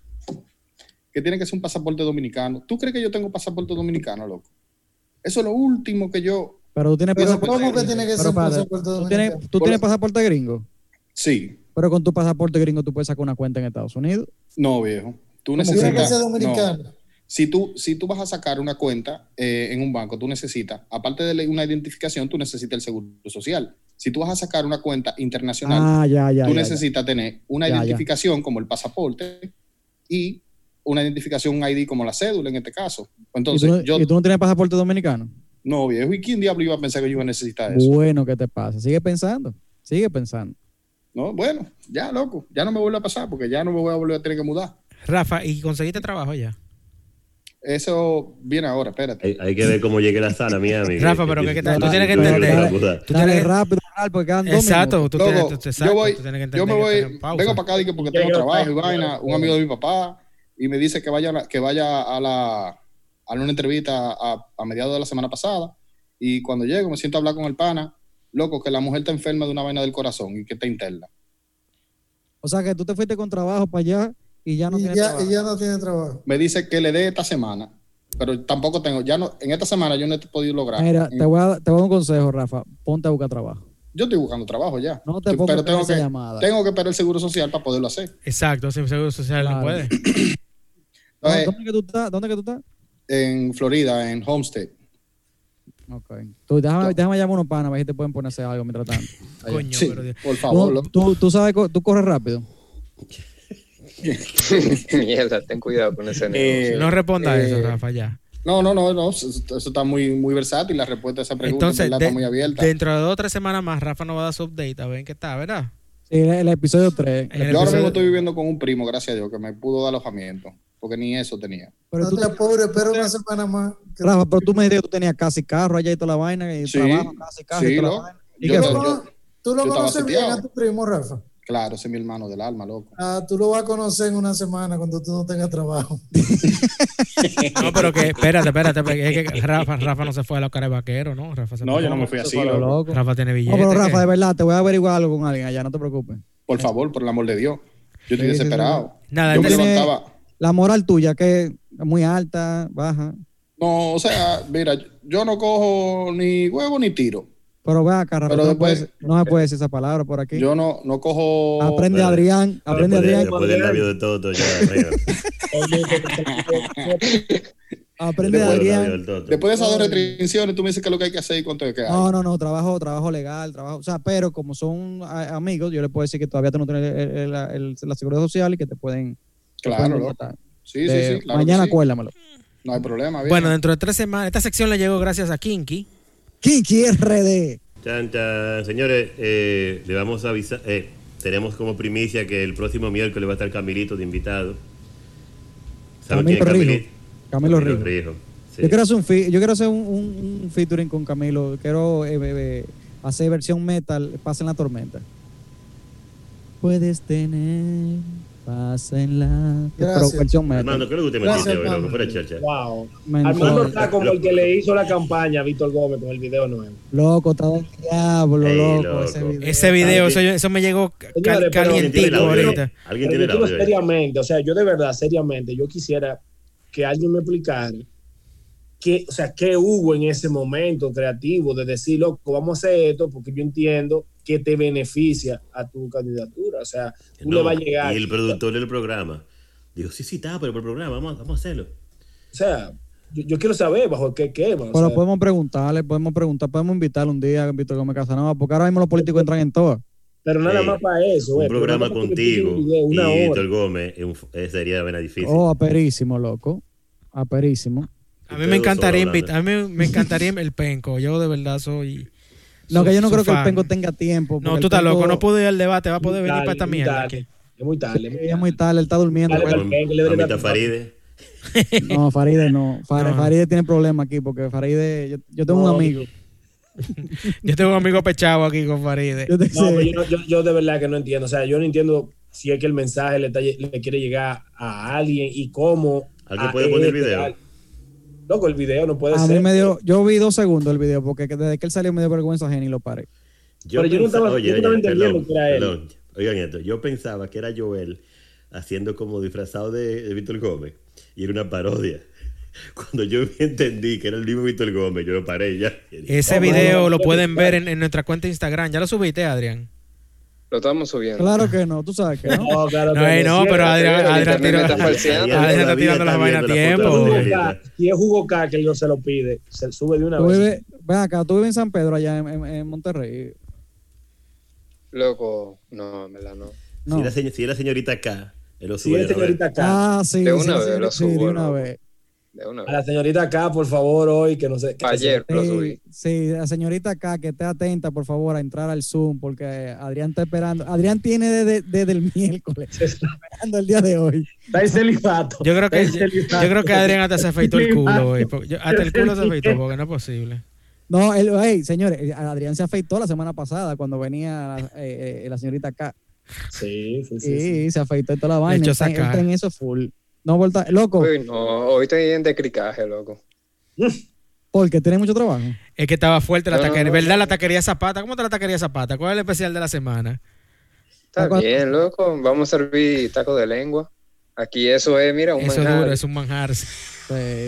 que tiene que ser un pasaporte dominicano. ¿Tú crees que yo tengo pasaporte dominicano, loco? Eso es lo último que yo... Pero tú tienes Pero pasaporte. ¿cómo que tiene que ser un padre, pasaporte Tú dominicano? tienes, tú Por- tienes pasaporte gringo. Sí, Pero con tu pasaporte gringo tú puedes sacar una cuenta en Estados Unidos. no, viejo. Tú Tiene que necesitas... ser no. dominicano. Si tú, si tú vas a sacar una cuenta eh, en un banco, tú necesitas, aparte de la- una identificación, tú necesitas el seguro social. Si tú vas a sacar una cuenta internacional, Ah, ya, ya. tú ya, ya. necesitas tener una Ya, ya. identificación como el pasaporte y una identificación, un ID como la cédula en este caso. Entonces, ¿Y, tú, no- yo y tú no tienes pasaporte dominicano? no, viejo, ¿y quién diablo iba a pensar que yo iba a necesitar eso? Bueno, ¿qué te pasa? Sigue pensando. Sigue pensando. No, bueno, ya loco, ya no me vuelve a pasar porque ya no me voy a volver a tener que mudar. Rafa, ¿y conseguiste trabajo ya? Eso viene ahora, espérate. Hay, hay que ver cómo llegue la sala, mi amigo. Rafa, pero que tal- tú tienes que entender. Tú Dale tienes- rápido, Rafa, porque quedan dos minutos. Exacto, tú Loco, tienes, tú- tú- exacto, yo voy, tú tienes que entender yo me que voy, tenemos pausa. vengo para acá dije, porque tengo Yo- yo- trabajo y yo- vaina, un amigo de mi papá, y me dice que vaya, a la- que vaya a la a una entrevista a, a mediados de la semana pasada, y cuando llego me siento a hablar con el pana, loco, que la mujer está enferma de una vaina del corazón y que está interna. O sea que tú te fuiste con trabajo para allá y ya no y, tienes ya, trabajo. y ya no tiene trabajo. Me dice que le dé esta semana, pero tampoco tengo, ya no, en esta semana yo no he podido lograr. Mira, En- te voy, a, te voy a dar un consejo, Rafa. Ponte a buscar trabajo. yo estoy buscando trabajo ya, No te Te- pongas pero a tengo esa que- llamada. tengo que esperar el seguro social para poderlo hacer. Exacto, sin seguro social Claro. no puede. No, Entonces, ¿Dónde que tú estás? ¿Dónde que tú estás? en Florida, en Homestead. Ok. Tú, déjame, déjame llamar a unos panas, a ver si te pueden poner a hacer algo mientras tanto. Coño, Sí, pero Dios. por favor, Tú, loco. tú, tú sabes, co- tú corres rápido. Mierda, ten cuidado con ese negocio. No responda eh, eso, Rafa, ya. No, no, no, no. Eso eso está muy, muy versátil. La respuesta a esa pregunta Entonces, en verdad, de- está muy abierta. dentro de dos o tres semanas más, Rafa nos va a dar su update a ver en qué está, ¿verdad? Sí, el, el episodio El 3. Yo ahora episodio- mismo estoy viviendo con un primo, gracias a Dios, que me pudo dar alojamiento. Porque ni eso tenía. Pero no tú, te apures, espera una semana más. Que- Rafa, pero tú me dijiste que tú tenías casi carro allá y toda la vaina, y Sí, trabajo, casi carro sí, y toda la ¿no? vaina. ¿Y Yo, qué tú, yo- lo, fue? cono- yo- tú lo yo estaba conoces bien seteado. a tu primo, Rafa. Claro, ese es mi hermano del alma, loco. Ah, tú lo vas a conocer en una semana cuando tú no tengas trabajo. No, pero que, espérate, espérate, porque es que Rafa, Rafa no se fue a los caras vaqueros, ¿no? Rafa se No, fue. yo no me fui así, Pero loco. loco. Rafa tiene No, billetes. pero Rafa, ¿qué? de verdad, te voy a averiguar algo con alguien allá, no te preocupes. Por favor, por el amor de Dios. Yo estoy Sí, sí, desesperado. Nada, Yo me entonces- levantaba. La moral tuya, que es muy alta, baja. No, o sea, mira, yo no cojo ni huevo ni tiro. Pero ve acá, Rafa, Pero no, después- puedes- no me puede decir esa palabra por aquí. Yo no, no cojo. aprende Pero- Adrián, aprende después, de- Adrián, después del labio de Toto, ya arriba. Después aprende del labio Adrián. del Toto. Después de esas dos restricciones, tú me dices que es lo que hay que hacer y cuánto es que hay. No, no, no, trabajo, trabajo legal, trabajo. O sea, pero como son a- amigos, yo les puedo decir que todavía tú no tienes el- el- la- el- la seguridad social y que te pueden. te pueden claro, loco. contratar. Sí, Eh, sí, sí. Claro que mañana sí. acuérdamelo. No hay problema. bien. Bueno, dentro de tres semanas, esta sección le llegó gracias a Kinky. Kinky RD. Chan, chan. Señores, eh, le vamos a avisar. eh, tenemos como primicia que el próximo miércoles va a estar Camilito de invitado. ¿Saben quién Camilo es Rijo. Camilito? Camilo Rijo. Rijo, sí. Yo quiero hacer un, fi- yo quiero hacer un, un- un featuring con Camilo. Quiero eh, eh, eh, hacer versión metal, Pasa en la tormenta. Puedes tener paz en la pero Gracias. versión Armando, metal. ¿qué es lo que usted Gracias, metiste hoy, loco? Pablo. Fuera de charcha. Wow. Mentor. Armando está como Lo- el que le hizo la campaña a Víctor Gómez con el video nuevo. Loco, está del diablo, Ey, loco, loco. ese video. Ese video, eso, yo- eso me llegó ca- Señores, pero- ¿Alguien tiene el calientito audio? ahorita. ¿Alguien Pero tiene el yo digo audio? seriamente, o sea, yo de verdad, seriamente, yo quisiera que alguien me explicara qué, o sea, qué hubo en ese momento creativo de decir, loco, vamos a hacer esto porque yo entiendo que te beneficia a tu candidatura. O sea, tú le No, vas a llegar. Y el productor del programa dijo: Sí, sí, está, pero por el programa, vamos, vamos a hacerlo. O sea, yo, yo quiero saber bajo qué quema. o Pero sea, podemos preguntarle, podemos preguntar, podemos invitarle un día a Víctor Gómez Casanova, porque ahora mismo los políticos entran en todo. pero nada Sí. más para eso. Un eh, pero nada programa más para que te pidan contigo un video, una y hora. Víctor Gómez es un- eh, sería buena difícil. Oh, aperísimo, loco. Aperísimo. A mí Ustedes me dos encantaría solo invitar, a mí me encantaría el penco. Yo de verdad soy. No, que yo no soy creo que el fan. penco tenga tiempo. porque No, el tú estás Penco- loco, no pude ir al debate, va a poder venir Dale, para esta muy mierda. tarde, aquí. Es muy tarde. es muy Sí, es tarde. muy tarde, él está durmiendo. Dale, acuérdate. hablando. Penco, le debería Mamita participar. Faride. No, Faride no. Far- No. Faride tiene problemas aquí porque Faride, yo, yo tengo No, un amigo. Yo tengo un amigo pechado aquí con Faride. Yo te- No, pero sí. yo, yo- yo de verdad que no entiendo. O sea, yo no entiendo si es que el mensaje le, está lle- le quiere llegar a alguien y cómo. ¿Alguien a- puede poner el este, video? al- Loco, el video no puede a ser. mí me dio, yo vi dos segundos el video porque que desde que él salió me dio vergüenza ajena y lo paré. Yo Pero yo no pensaba- estaba- yo no estaba entendiendo que era él. perdón. Oigan esto, yo pensaba que era Joel haciendo como disfrazado de, de Víctor Gómez y era una parodia. Cuando yo entendí que era el mismo Víctor Gómez, yo me paré y ya. Ese No, video no, lo no, pueden no, ver en, en nuestra cuenta de Instagram. Ya lo subiste, Adrián. Lo estamos subiendo. Claro que no, tú sabes que no. No, claro que No, eh, no, Si es- pero Adrián, el Adrián internet tiró- está falseando. Adrián está tirando las vainas a tiempo. Si es Hugo K- si es Hugo K que él no se lo pide, se sube de una Tú vez. vives, ven acá, tú vives en San Pedro allá en, en- en Monterrey. Loco, no, en verdad no. No. Si, era, señ- si era señorita acá, él lo Si sube. es señorita K. Ah, sí. De sí, una sí, vez sí, lo sí, subo, de una ¿no? vez. De una A vez. la señorita K, por favor, hoy que no sé. que se- Ayer lo Sí, subí. sí, la señorita acá, que esté atenta, por favor, a entrar al Zoom, porque Adrián está esperando. Adrián tiene desde, desde el miércoles, esperando el día de hoy. Está en celibato. Yo creo que, yo, yo creo que Adrián hasta se afeitó el culo. Felicidades. hoy, porque yo- hasta el culo se afeitó porque no es posible. No, él, hey, señores, eh, Adrián se afeitó la semana pasada cuando venía eh, eh, la señorita acá. Sí, sí, sí. Sí, sí. se afeitó y toda la vaina. echó Está, saca. está en eso full. No vuelta, loco, Uy, no, hoy estoy en decricaje, loco. porque tiene mucho trabajo. Es que estaba fuerte la No, no, taquería. no. ¿Verdad? La taquería Zapata. ¿Cómo está la taquería Zapata? ¿Cuál es el especial de la semana? Está Loco. bien, loco. Vamos a servir taco de lengua. Aquí eso es, mira, un Eso es manjar. duro, es un manjar. Sí.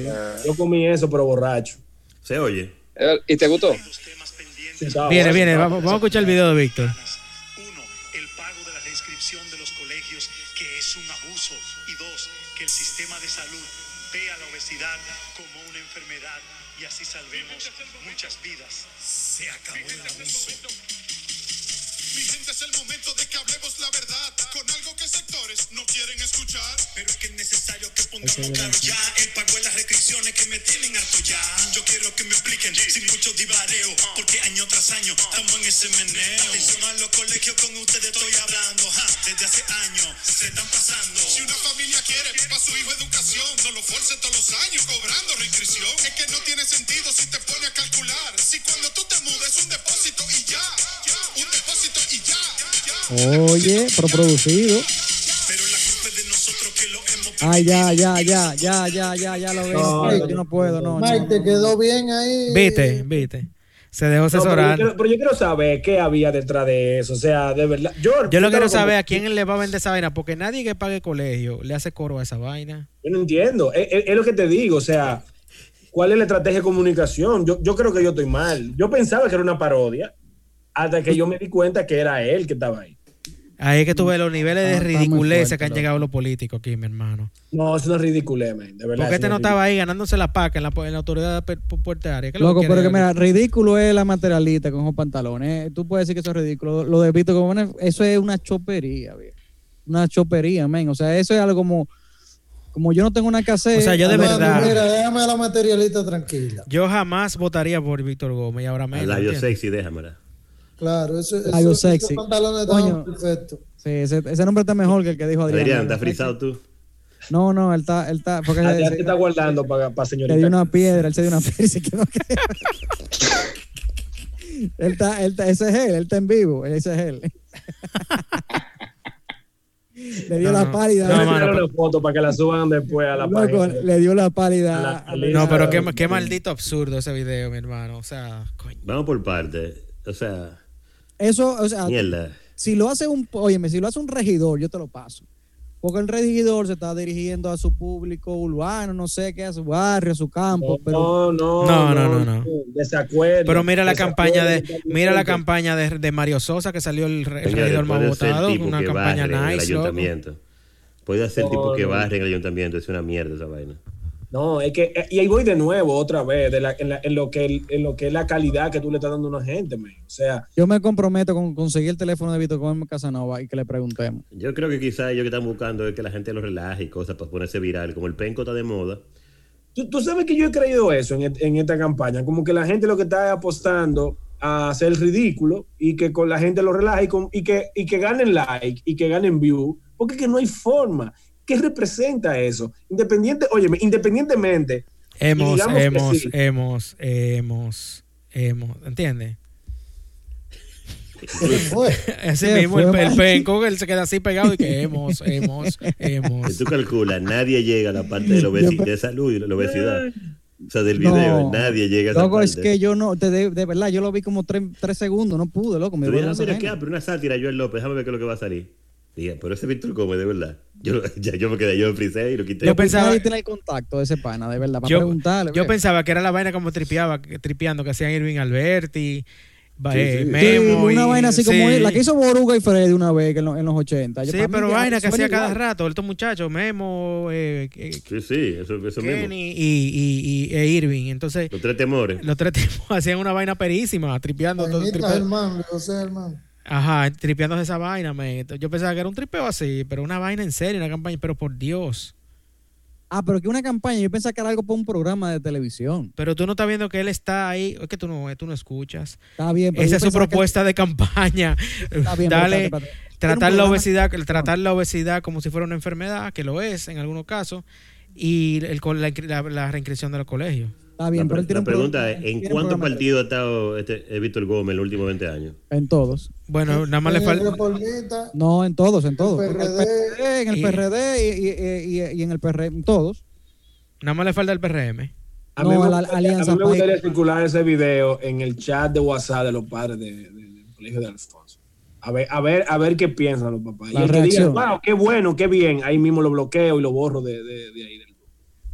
Ah, Yo comí eso, pero borracho. Se oye. eh, ¿Y te gustó? Sí, estaba Viene, Ah, bueno. viene. Vamos, vamos a escuchar el video de Víctor. Uno, el pago de la reinscripción de los colegios, que es un abuso. Y dos, que el sistema de salud vea la obesidad como una enfermedad y así salvemos muchas vidas. Se acabó el abuso. Mi gente, es el momento de que hablemos la verdad con algo que sectores no quieren escuchar. Pero es que es necesario que pongamos claro ya el pago en las restricciones que me tienen harto ya. Yo quiero que me expliquen sin mucho divareo, porque año tras año estamos en ese meneo. Ah. Atención a los colegios con ustedes estoy hablando, ja, desde hace años se están pasando. Si una familia quiere para su hijo educación, no lo force todos los años cobrando reinscripción. Es que no tiene sentido si te pone a calcular. Si cuando tú te mudes un depósito y ya, un depósito y ya, ya. Oye, pero producido. Pero la culpa es de nosotros que lo hemos Ay, ya, ya, ya, ya, ya, ya, ya lo veo. No, Ay, yo no puedo, no, Mike, no. te quedó bien ahí. Viste, viste. Se dejó No, pero, yo asesorar. quiero, pero yo quiero saber qué había detrás de eso. O sea, de verdad. Yo, Yo lo te quiero saber como- a quién le va a vender esa vaina, porque nadie que pague colegio le hace coro a esa vaina. Yo no entiendo. Es, es- es lo que te digo. O sea, ¿cuál es la estrategia de comunicación? Yo, yo creo que yo estoy mal. Yo pensaba que era una parodia hasta que yo me di cuenta que era él que estaba ahí. Ahí es que tú ves los niveles de Ah, Está- está muy ridiculeza que fuerte, han loco. llegado los políticos aquí, mi hermano. No, eso no es ridículo, man. De Porque verdad. eso este no es estaba ahí ganándose la paca en la, en la autoridad pe- pu- puertaria. ¿Qué es lo Loco, que pero quiere? que mira, ridículo es la materialista con esos pantalones. eh. Tú puedes decir que eso es ridículo. Lo de Vito Gómez, eso es una chopería, viejo. Una chopería, men. O sea, eso es algo como, como yo no tengo nada que hacer. O sea, yo de Mami, verdad. Mira, déjame a la materialista tranquila. Yo jamás votaría por Víctor Gómez y ahora A menos. labio ¿entiendes? sexy, déjamela. Claro, eso, eso, Algo esos sexy. pantalones Coño. estaban perfectos. Sí, ese, ese nombre está mejor que el que dijo Adrián. Adrián, ¿estás frisado tú? No, no, él está, él está, porque ridículo. Adrián se- Ah, te está guardando para le dio señorita. una piedra, él se dio una piedra y se quedó quieto. él está, él está, ese es él, él está en vivo, ese es él. le dio No, la no. pálida. Dame No, mano, sacar pero- una foto para que la suban después a la Loco, página. le dio la pálida. La- a- a- la- No, pero qué, Ah, qué maldito absurdo ese video, mi hermano. O sea, coño. Vamos por parte. O sea, Ah, Eso, o sea, mierda. si lo hace un, óyeme, si lo hace un regidor, yo te lo paso. Porque el regidor se está dirigiendo a su público urbano, no sé qué, a su barrio, a su campo, pero no, no, No, no, no, no. Desacuerdo. Pero mira la Desacuerdo, campaña de totalmente. mira la campaña de, de Mario Sosa que salió el, re- el Señores, regidor más puede ser el votado, tipo una que campaña barre en el nice. loco. ayuntamiento. Puede ser el tipo que No, no. barre en el ayuntamiento. Es una mierda esa vaina. No, es que. eh, Y ahí voy de nuevo, otra vez, de la- en, la- en lo que, el- en lo que es la calidad que tú le estás dando a una gente, man. O sea, yo me comprometo con conseguir el teléfono de Vito Gómez Casanova y que le preguntemos. Yo creo que quizás ellos que están buscando es que la gente lo relaje y cosas para ponerse viral. Como el penco está de moda. tú, tú sabes que yo he creído eso en, et- en esta campaña. Como que la gente lo que está es apostando a hacer el ridículo y que con la gente lo relaje y, con- y que, y que ganen like y que ganen view. Porque es que no hay forma. ¿Qué representa eso? Independiente, óyeme, independientemente Y Hemos, digamos que hemos, sí. hemos, hemos, hemos, ¿entiendes? Fue. Así ¿Qué mismo, fue, el, el Mike? penco, él se queda así pegado y que hemos, hemos, Si hemos. tú calculas, nadie llega a la parte de la obesidad, de salud y la obesidad. O sea, del video, No. nadie llega a esa Loco, es parte. que yo no, te- de, de verdad, yo lo vi como tres, tres segundos, no pude, loco. Me Tú dio dices, ah, esa mira, que vaina. abre una sátira, Joel López, déjame ver qué es lo que va a salir. Dije, pero ese Víctor Gómez, de verdad. Yo, lo- ya, yo me quedé, yo me frisé y lo quité. Yo pensé- pensaba- Nadie tiene el contacto de ese pana, de verdad, para Yo- preguntarle. Yo viejo. pensaba que era la vaina como tripeaba, que- tripeando que hacían Irving Alberti, va- Sí, eh, sí. Memo. Sí, una y- vaina así como sí. la que hizo Boruga y Freddy una vez que en, lo- en los 80. Yo- Sí, para mí pero vaina que suena hacía cada igual. rato, estos muchachos, Memo, eh, eh, Sí, sí, eso, eso mismo. Kenny y, y, y- e Irving. Entonces, Los tres temores. los tres tipos hacían una vaina perísima, tripeando. Pues todo- Vainitas, tripe- hermano, José, hermano. Ajá, tripeándose esa vaina, man. Entonces, Yo pensaba que era un tripeo así, pero una vaina en serio, una campaña, pero por Dios. Ah, pero que una campaña, yo pensaba que era algo para un programa de televisión. Pero tú no estás viendo que él está ahí, es que tú no, eh, tú no escuchas. Está bien. pero Esa yo es su pensaba que- propuesta de campaña. Está bien, pero Dale, espérate, espérate. Era un Ah. tratar la programa- obesidad, el tratar la obesidad como si fuera una enfermedad, que lo es en algunos casos, y el, con la, la- la reinscripción de los colegios. Está la, bien, pero pre- él tiene la un pregunta programa- es, tiene ¿en un cuántos programa de partidos ha estado este, eh, Víctor Gómez en los últimos 20 años? televisión. En todos. Bueno, nada más le En el falta. Reformista, No, en todos, en todos. Porque el PRD. PRD, en el Y- PRD y, y- y- y- y en el PRD, en todos. Nada más le falta el PRM. A mí, No, me, la gustaría- Alianza a mí me gustaría País. circular ese video en el chat de WhatsApp de los padres de- de- del colegio de Alfonso. A ver, a ver, a ver qué piensan los papás. La y el que diga, reacción. wow, qué bueno, qué bien. Ahí mismo lo bloqueo y lo borro de, de- de ahí del grupo.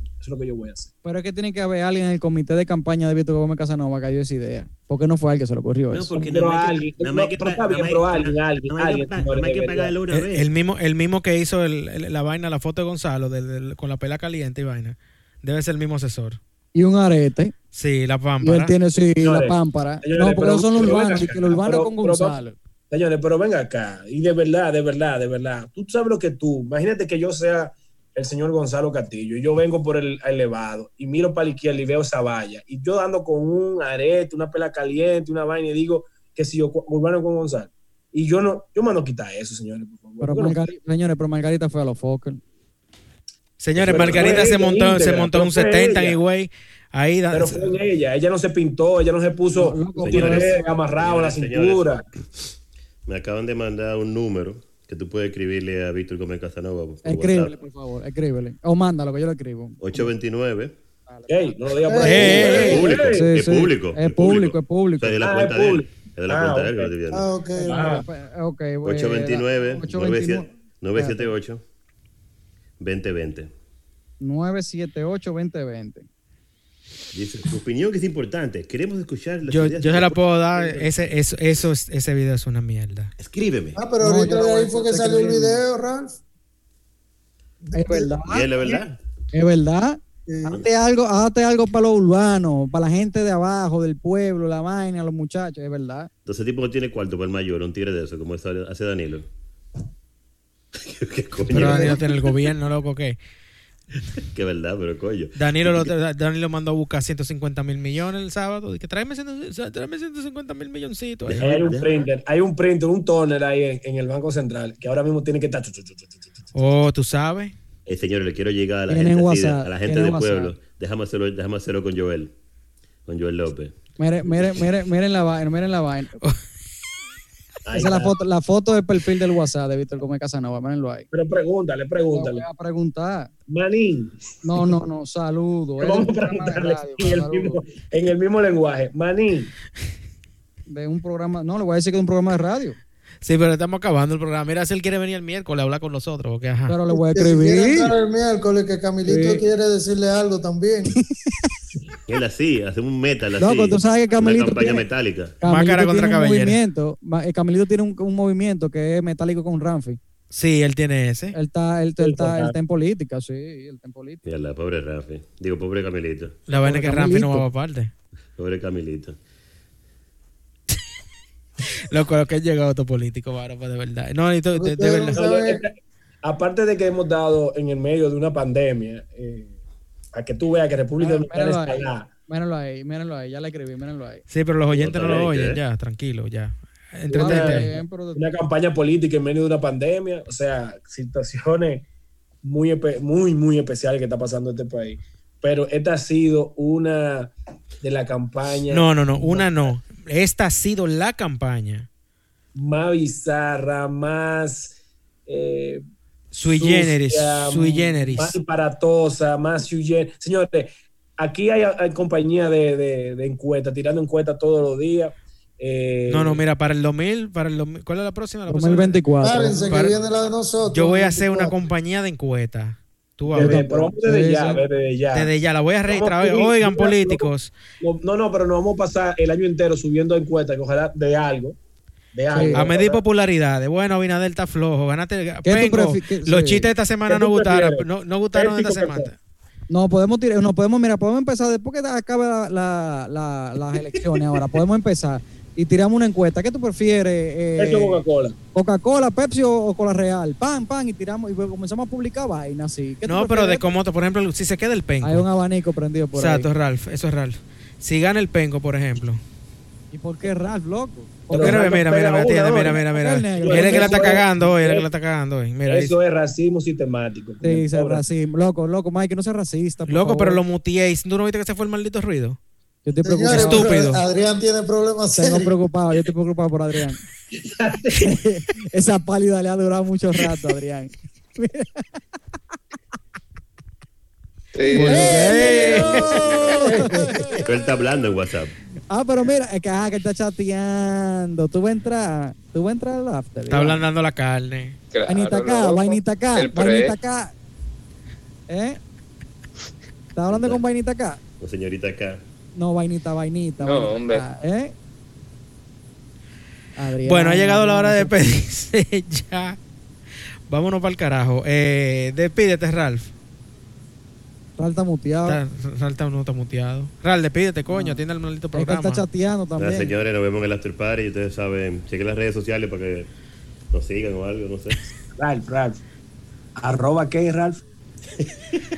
Eso es lo que yo voy a hacer. Pero es que tiene que haber alguien en el comité de campaña de Víctor Gómez Casanova que dio esa idea. Porque no fue al que se le ocurrió No, eso. porque Pero nada más hay alguien, que- nada más hay que pero pa- está bien, nada más pero hay- alguien, alguien, nada más hay que alguien, pa- nada más hay que debería. pagarle una El, vez. Eh, el mismo, el mismo que hizo el- el- la vaina, la foto de Gonzalo del- del- con la pela caliente y vaina. Debe ser el mismo asesor. Y un arete. Sí, la Y él pámpara. tiene sí, la Señores, pámpara. señores, no, porque pero- no son los pero ven urbanos, acá, que los urbanos pero- con pero- Gonzalo. Señores, pero venga acá. Y de verdad, de verdad, de verdad. Tú sabes lo que tú. Imagínate que yo sea el señor Gonzalo Castillo y yo vengo por el elevado y miro para la izquierda y veo esa valla. Y yo ando con un arete, una pela caliente, una vaina y digo que si yo cu- urbano con Gonzalo. Y yo no, yo mando a quitar eso, señores. por favor. Pero Yo no- Margarita, señores, pero Margarita fue a los Fokker. Señores, Pero Margarita fue se ella montó, se íntegra, montó pero un fue 70 en ella. Higüey. Ahí da- pero fue en ella, ella no se pintó, ella no se puso No, loco, un tiburón señores, amarrado en la señores, cintura. Me acaban de mandar un número que tú puedes escribirle a Víctor Gómez Casanova. por Escríbele, WhatsApp. por favor, escríbele. O mándalo, que yo lo escribo. 829. Ey, no lo digas por ahí. Ey, ey, Es público, ey. Sí, es sí. público. Es público, es O público. sea, de la Ah, cuenta es de él. público. Es de la Ah, cuenta de él ok. que lo estoy viendo. Ah, ok. Ah. Ok, eh, 829 829. 978 2020. 978 2020. Dice, tu opinión que es importante. Queremos escuchar las Yo, ideas yo de- se la puedo dar. Ese, eso, eso es- ese video es una mierda. Escríbeme. Ah, pero No, ahorita yo de no ahí voy a fue que hacer salió el bien. video, Ralph. Es verdad. Y es la verdad. Es verdad. Sí. Hazte algo, hazte algo para los urbanos, para la gente de abajo, del pueblo, la vaina, los muchachos, es verdad. Entonces el tipo no tiene cuarto para el mayor, un tigre de eso, como eso hace Danilo. ¿Qué coño? Pero Danilo tiene el gobierno, loco, ¿qué? Qué verdad, pero coño. Danilo, lo, Danilo mandó a buscar 150 mil millones el sábado. Dice, tráeme, 100 tráeme 150 mil milloncitos. ahí". Ahí Hay un printer, hay un printer, un toner ahí en, en el Banco Central que ahora mismo tiene que estar. chu, chu, chu, chu, chu, chu, chu. Oh, tú sabes. Eh, señor, le quiero llegar a la Tienen gente, así, de- WhatsApp, a la gente tienen del WhatsApp. pueblo. Déjame hacerlo, déjame hacerlo con Joel. Con Joel López. Miren, miren, miren, miren la vaina, miren la vaina. Esa es la foto, la foto del perfil del WhatsApp de Víctor Gómez Casanova, mírenlo ahí. Pero pregúntale, Le voy pregúntale. a preguntar. Manín, No, no, no, saludo. Es de vamos un a programa de preguntarle radio, en el, saludo. mismo, en el mismo lenguaje. Manín, De un programa, no, le voy a decir que es un programa de radio, Sí, pero estamos acabando el programa. Mira, si él quiere venir el miércoles a hablar con nosotros, porque ajá. pero le voy a Que si quiere escribir. entrar el miércoles, que Camilito Sí. quiere decirle algo también. Él así, hace un metal así. Loco, tú sabes que Camelito Una campaña tiene- metálica. Máscara contra Camilito tiene un cabellera. movimiento, ma- eh, Camilito tiene un, un movimiento que es metálico con Ramfi. Sí, él tiene ese. Él está, él, él está, Sí, él total. está en política, sí, él está en política. Mira, la pobre Rafi. Digo, pobre Camilito. La vaina es que Pobre Ramfi no Camilito. va a parte. Pobre Camilito. Loco, lo que llegado otro político, varo, pues de verdad. No, ni tú- de, de Ustedes no verdad. no, no, saben- esta- eh, aparte de que hemos dado en el medio de una pandemia, eh, a que tú veas que República Ah, Dominicana míralo está ahí. allá. Mírenlo ahí, mírenlo ahí, ya le escribí, mírenlo ahí. Sí, pero los oyentes No, no lo está bien, oyen, ¿qué? ya, tranquilo, ya. Ah, Entretente. bien, pero- una campaña política en medio de una pandemia, o sea, situaciones muy, espe- muy, muy especiales que está pasando en este país. Pero esta ha sido una de las campañas No, no, no, una no. Esta ha sido la campaña. más bizarras, más... eh, Sui sucia, generis, sui generis. Más disparatosa, más sui generis. Señores, aquí hay, hay compañía de, de, de encuestas, tirando encuestas todos los días. eh, No, no, mira, para el 2000, para el 2000, ¿cuál es la próxima? pues, La próxima. 2024. Párense que Para- viene la de nosotros. Yo voy a hacer una 24. compañía de encuestas. Tú vas a desde- ver. pero vamos desde Sí, ya, sí. desde ya. Desde ya la voy a registrar. Vamos, sí, Oigan, mira, políticos. No, no, no, pero nos vamos a pasar el año entero subiendo encuestas, que ojalá de algo. De algo. A medir Ojalá. popularidades. Bueno, Abinader está flojo. Ganaste. ¿Qué tú Penco, prefi- qué- los sí. chistes de esta semana ¿Qué no tú gustaron. prefieres? No, no gustaron de esta Ético, semana. No, podemos tirar, no podemos, mira, podemos empezar después que acabe la- la- la- las elecciones ahora, podemos empezar y tiramos una encuesta. ¿Qué tú prefieres? eh, Eso es Coca-Cola. Coca-Cola, Pepsi o, o Cola Real? Pan, pan, y tiramos y luego comenzamos a publicar vainas, sí. ¿Qué tú No, pero de prefieres? cómo, por ejemplo, si se queda el penco. Hay un abanico prendido por Exacto, ahí. Ralph. Eso es Ralph. Si gana el penco, por ejemplo. ¿Y por qué Ralph, loco? Pero Mira, Ralph mira, mira, pega mira, una, mira, ¿no? mira, mira, mira. Eso Mira que es- la está cagando hoy, mira que la está cagando hoy. Mira, Eso es racismo sistemático. Sí, ser Ahora, racismo. Loco, loco, Mike, no seas racista. por loco, favor. pero lo muteéis. ¿Tú no viste que se fue el maldito ruido? Yo estoy Señores, preocupado. Estúpido. pero Adrián tiene problemas Tengo serios. preocupado, yo estoy preocupado por Adrián. Esa pálida le ha durado mucho rato, Adrián. Sí. ¡Eh, Pues, Pero él está hablando en WhatsApp. Ah, pero mira, es que, ah, que está chateando. Tú vas a entrar, tú vas a entrar al after. ¿eh? Está ablandando la carne. Claro, Vainita acá, loco. vainita acá, El pre. vainita acá. ¿Eh? ¿Estás hablando con vainita acá? La señorita acá. No, vainita, vainita. No, vainita hombre. acá, ¿Eh? Adrián, Bueno, ha llegado la hora de no sé- despedirse ya. Vámonos para el carajo. Eh, despídete, Ralph. Ralph está muteado. Está- Ralph está- no está muteado. Ralph, despídete, coño. Atiende el maldito Es que él programa. está chateando Nada, también. señores, nos vemos en el after party. Ustedes saben, chequen las redes sociales para que nos sigan o algo, no sé. Ralph, Ralph. Arroba qué, Ralph.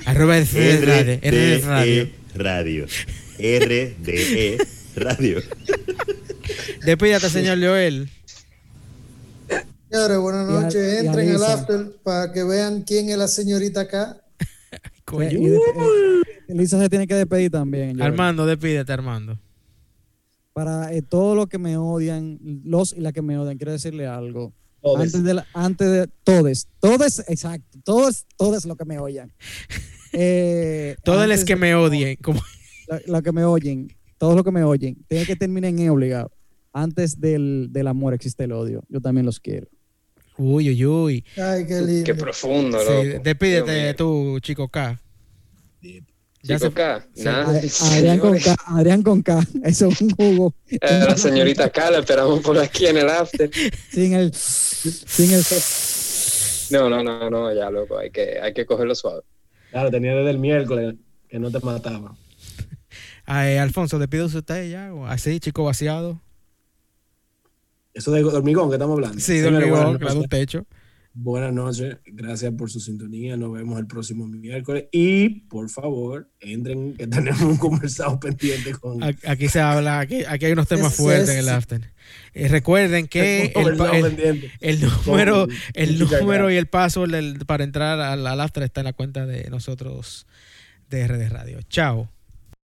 Arroba el radio. RDE el radio. E Radio. RDE Radio. Despídete, señor Joel. Señores, buenas Y a- y noches. Entren al avisa. after para que vean quién es la señorita acá. Eh, Coño. y de- eh, Lisa se tiene que despedir también. yo creo. Armando, despídete, Armando. Para eh, todos los que me odian, los y las que me odian, quiero decirle algo. Todes. Antes de, la- antes de todes, todes, exacto, todos, todos los que me oyan. Eh, Todos los antes que de- me odien. Como, la- los que me oyen, todos los que me oyen, tiene que terminar en E obligado. Antes del, del amor existe el odio. Yo también los quiero. uy, uy, uy. Ay, qué lindo. Qué profundo, Sí, loco. despídete Dios mío. tú, chico K. Ya Chico se- K, se- nada, A- Adrián con K, señores. Adrián con K. Eso es un jugo. Eh, la señorita K la esperamos por aquí en el after. Sin el, sin el. No, no, no, no, ya loco, hay que, hay que cogerlo suave. Claro, tenía desde el miércoles que no te mataba. Ay, Ah, eh, Alfonso, despídese usted ya. o Así, chico vaciado. Eso de hormigón que estamos hablando. Sí, Señores, dormido, buenas pues, claro, un noches. techo. Buenas noches, gracias por su sintonía. Nos vemos el próximo miércoles. Y por favor, entren, que tenemos un conversado pendiente con. A- Aquí se habla, aquí, aquí hay unos temas Eso fuertes en es- el after. Eh, recuerden que un el, pa- conversado el- pendiente. el número, Con- el con Chica número Gra- y el password del- para entrar al, al after está en la cuenta de nosotros de RD Radio. Chao.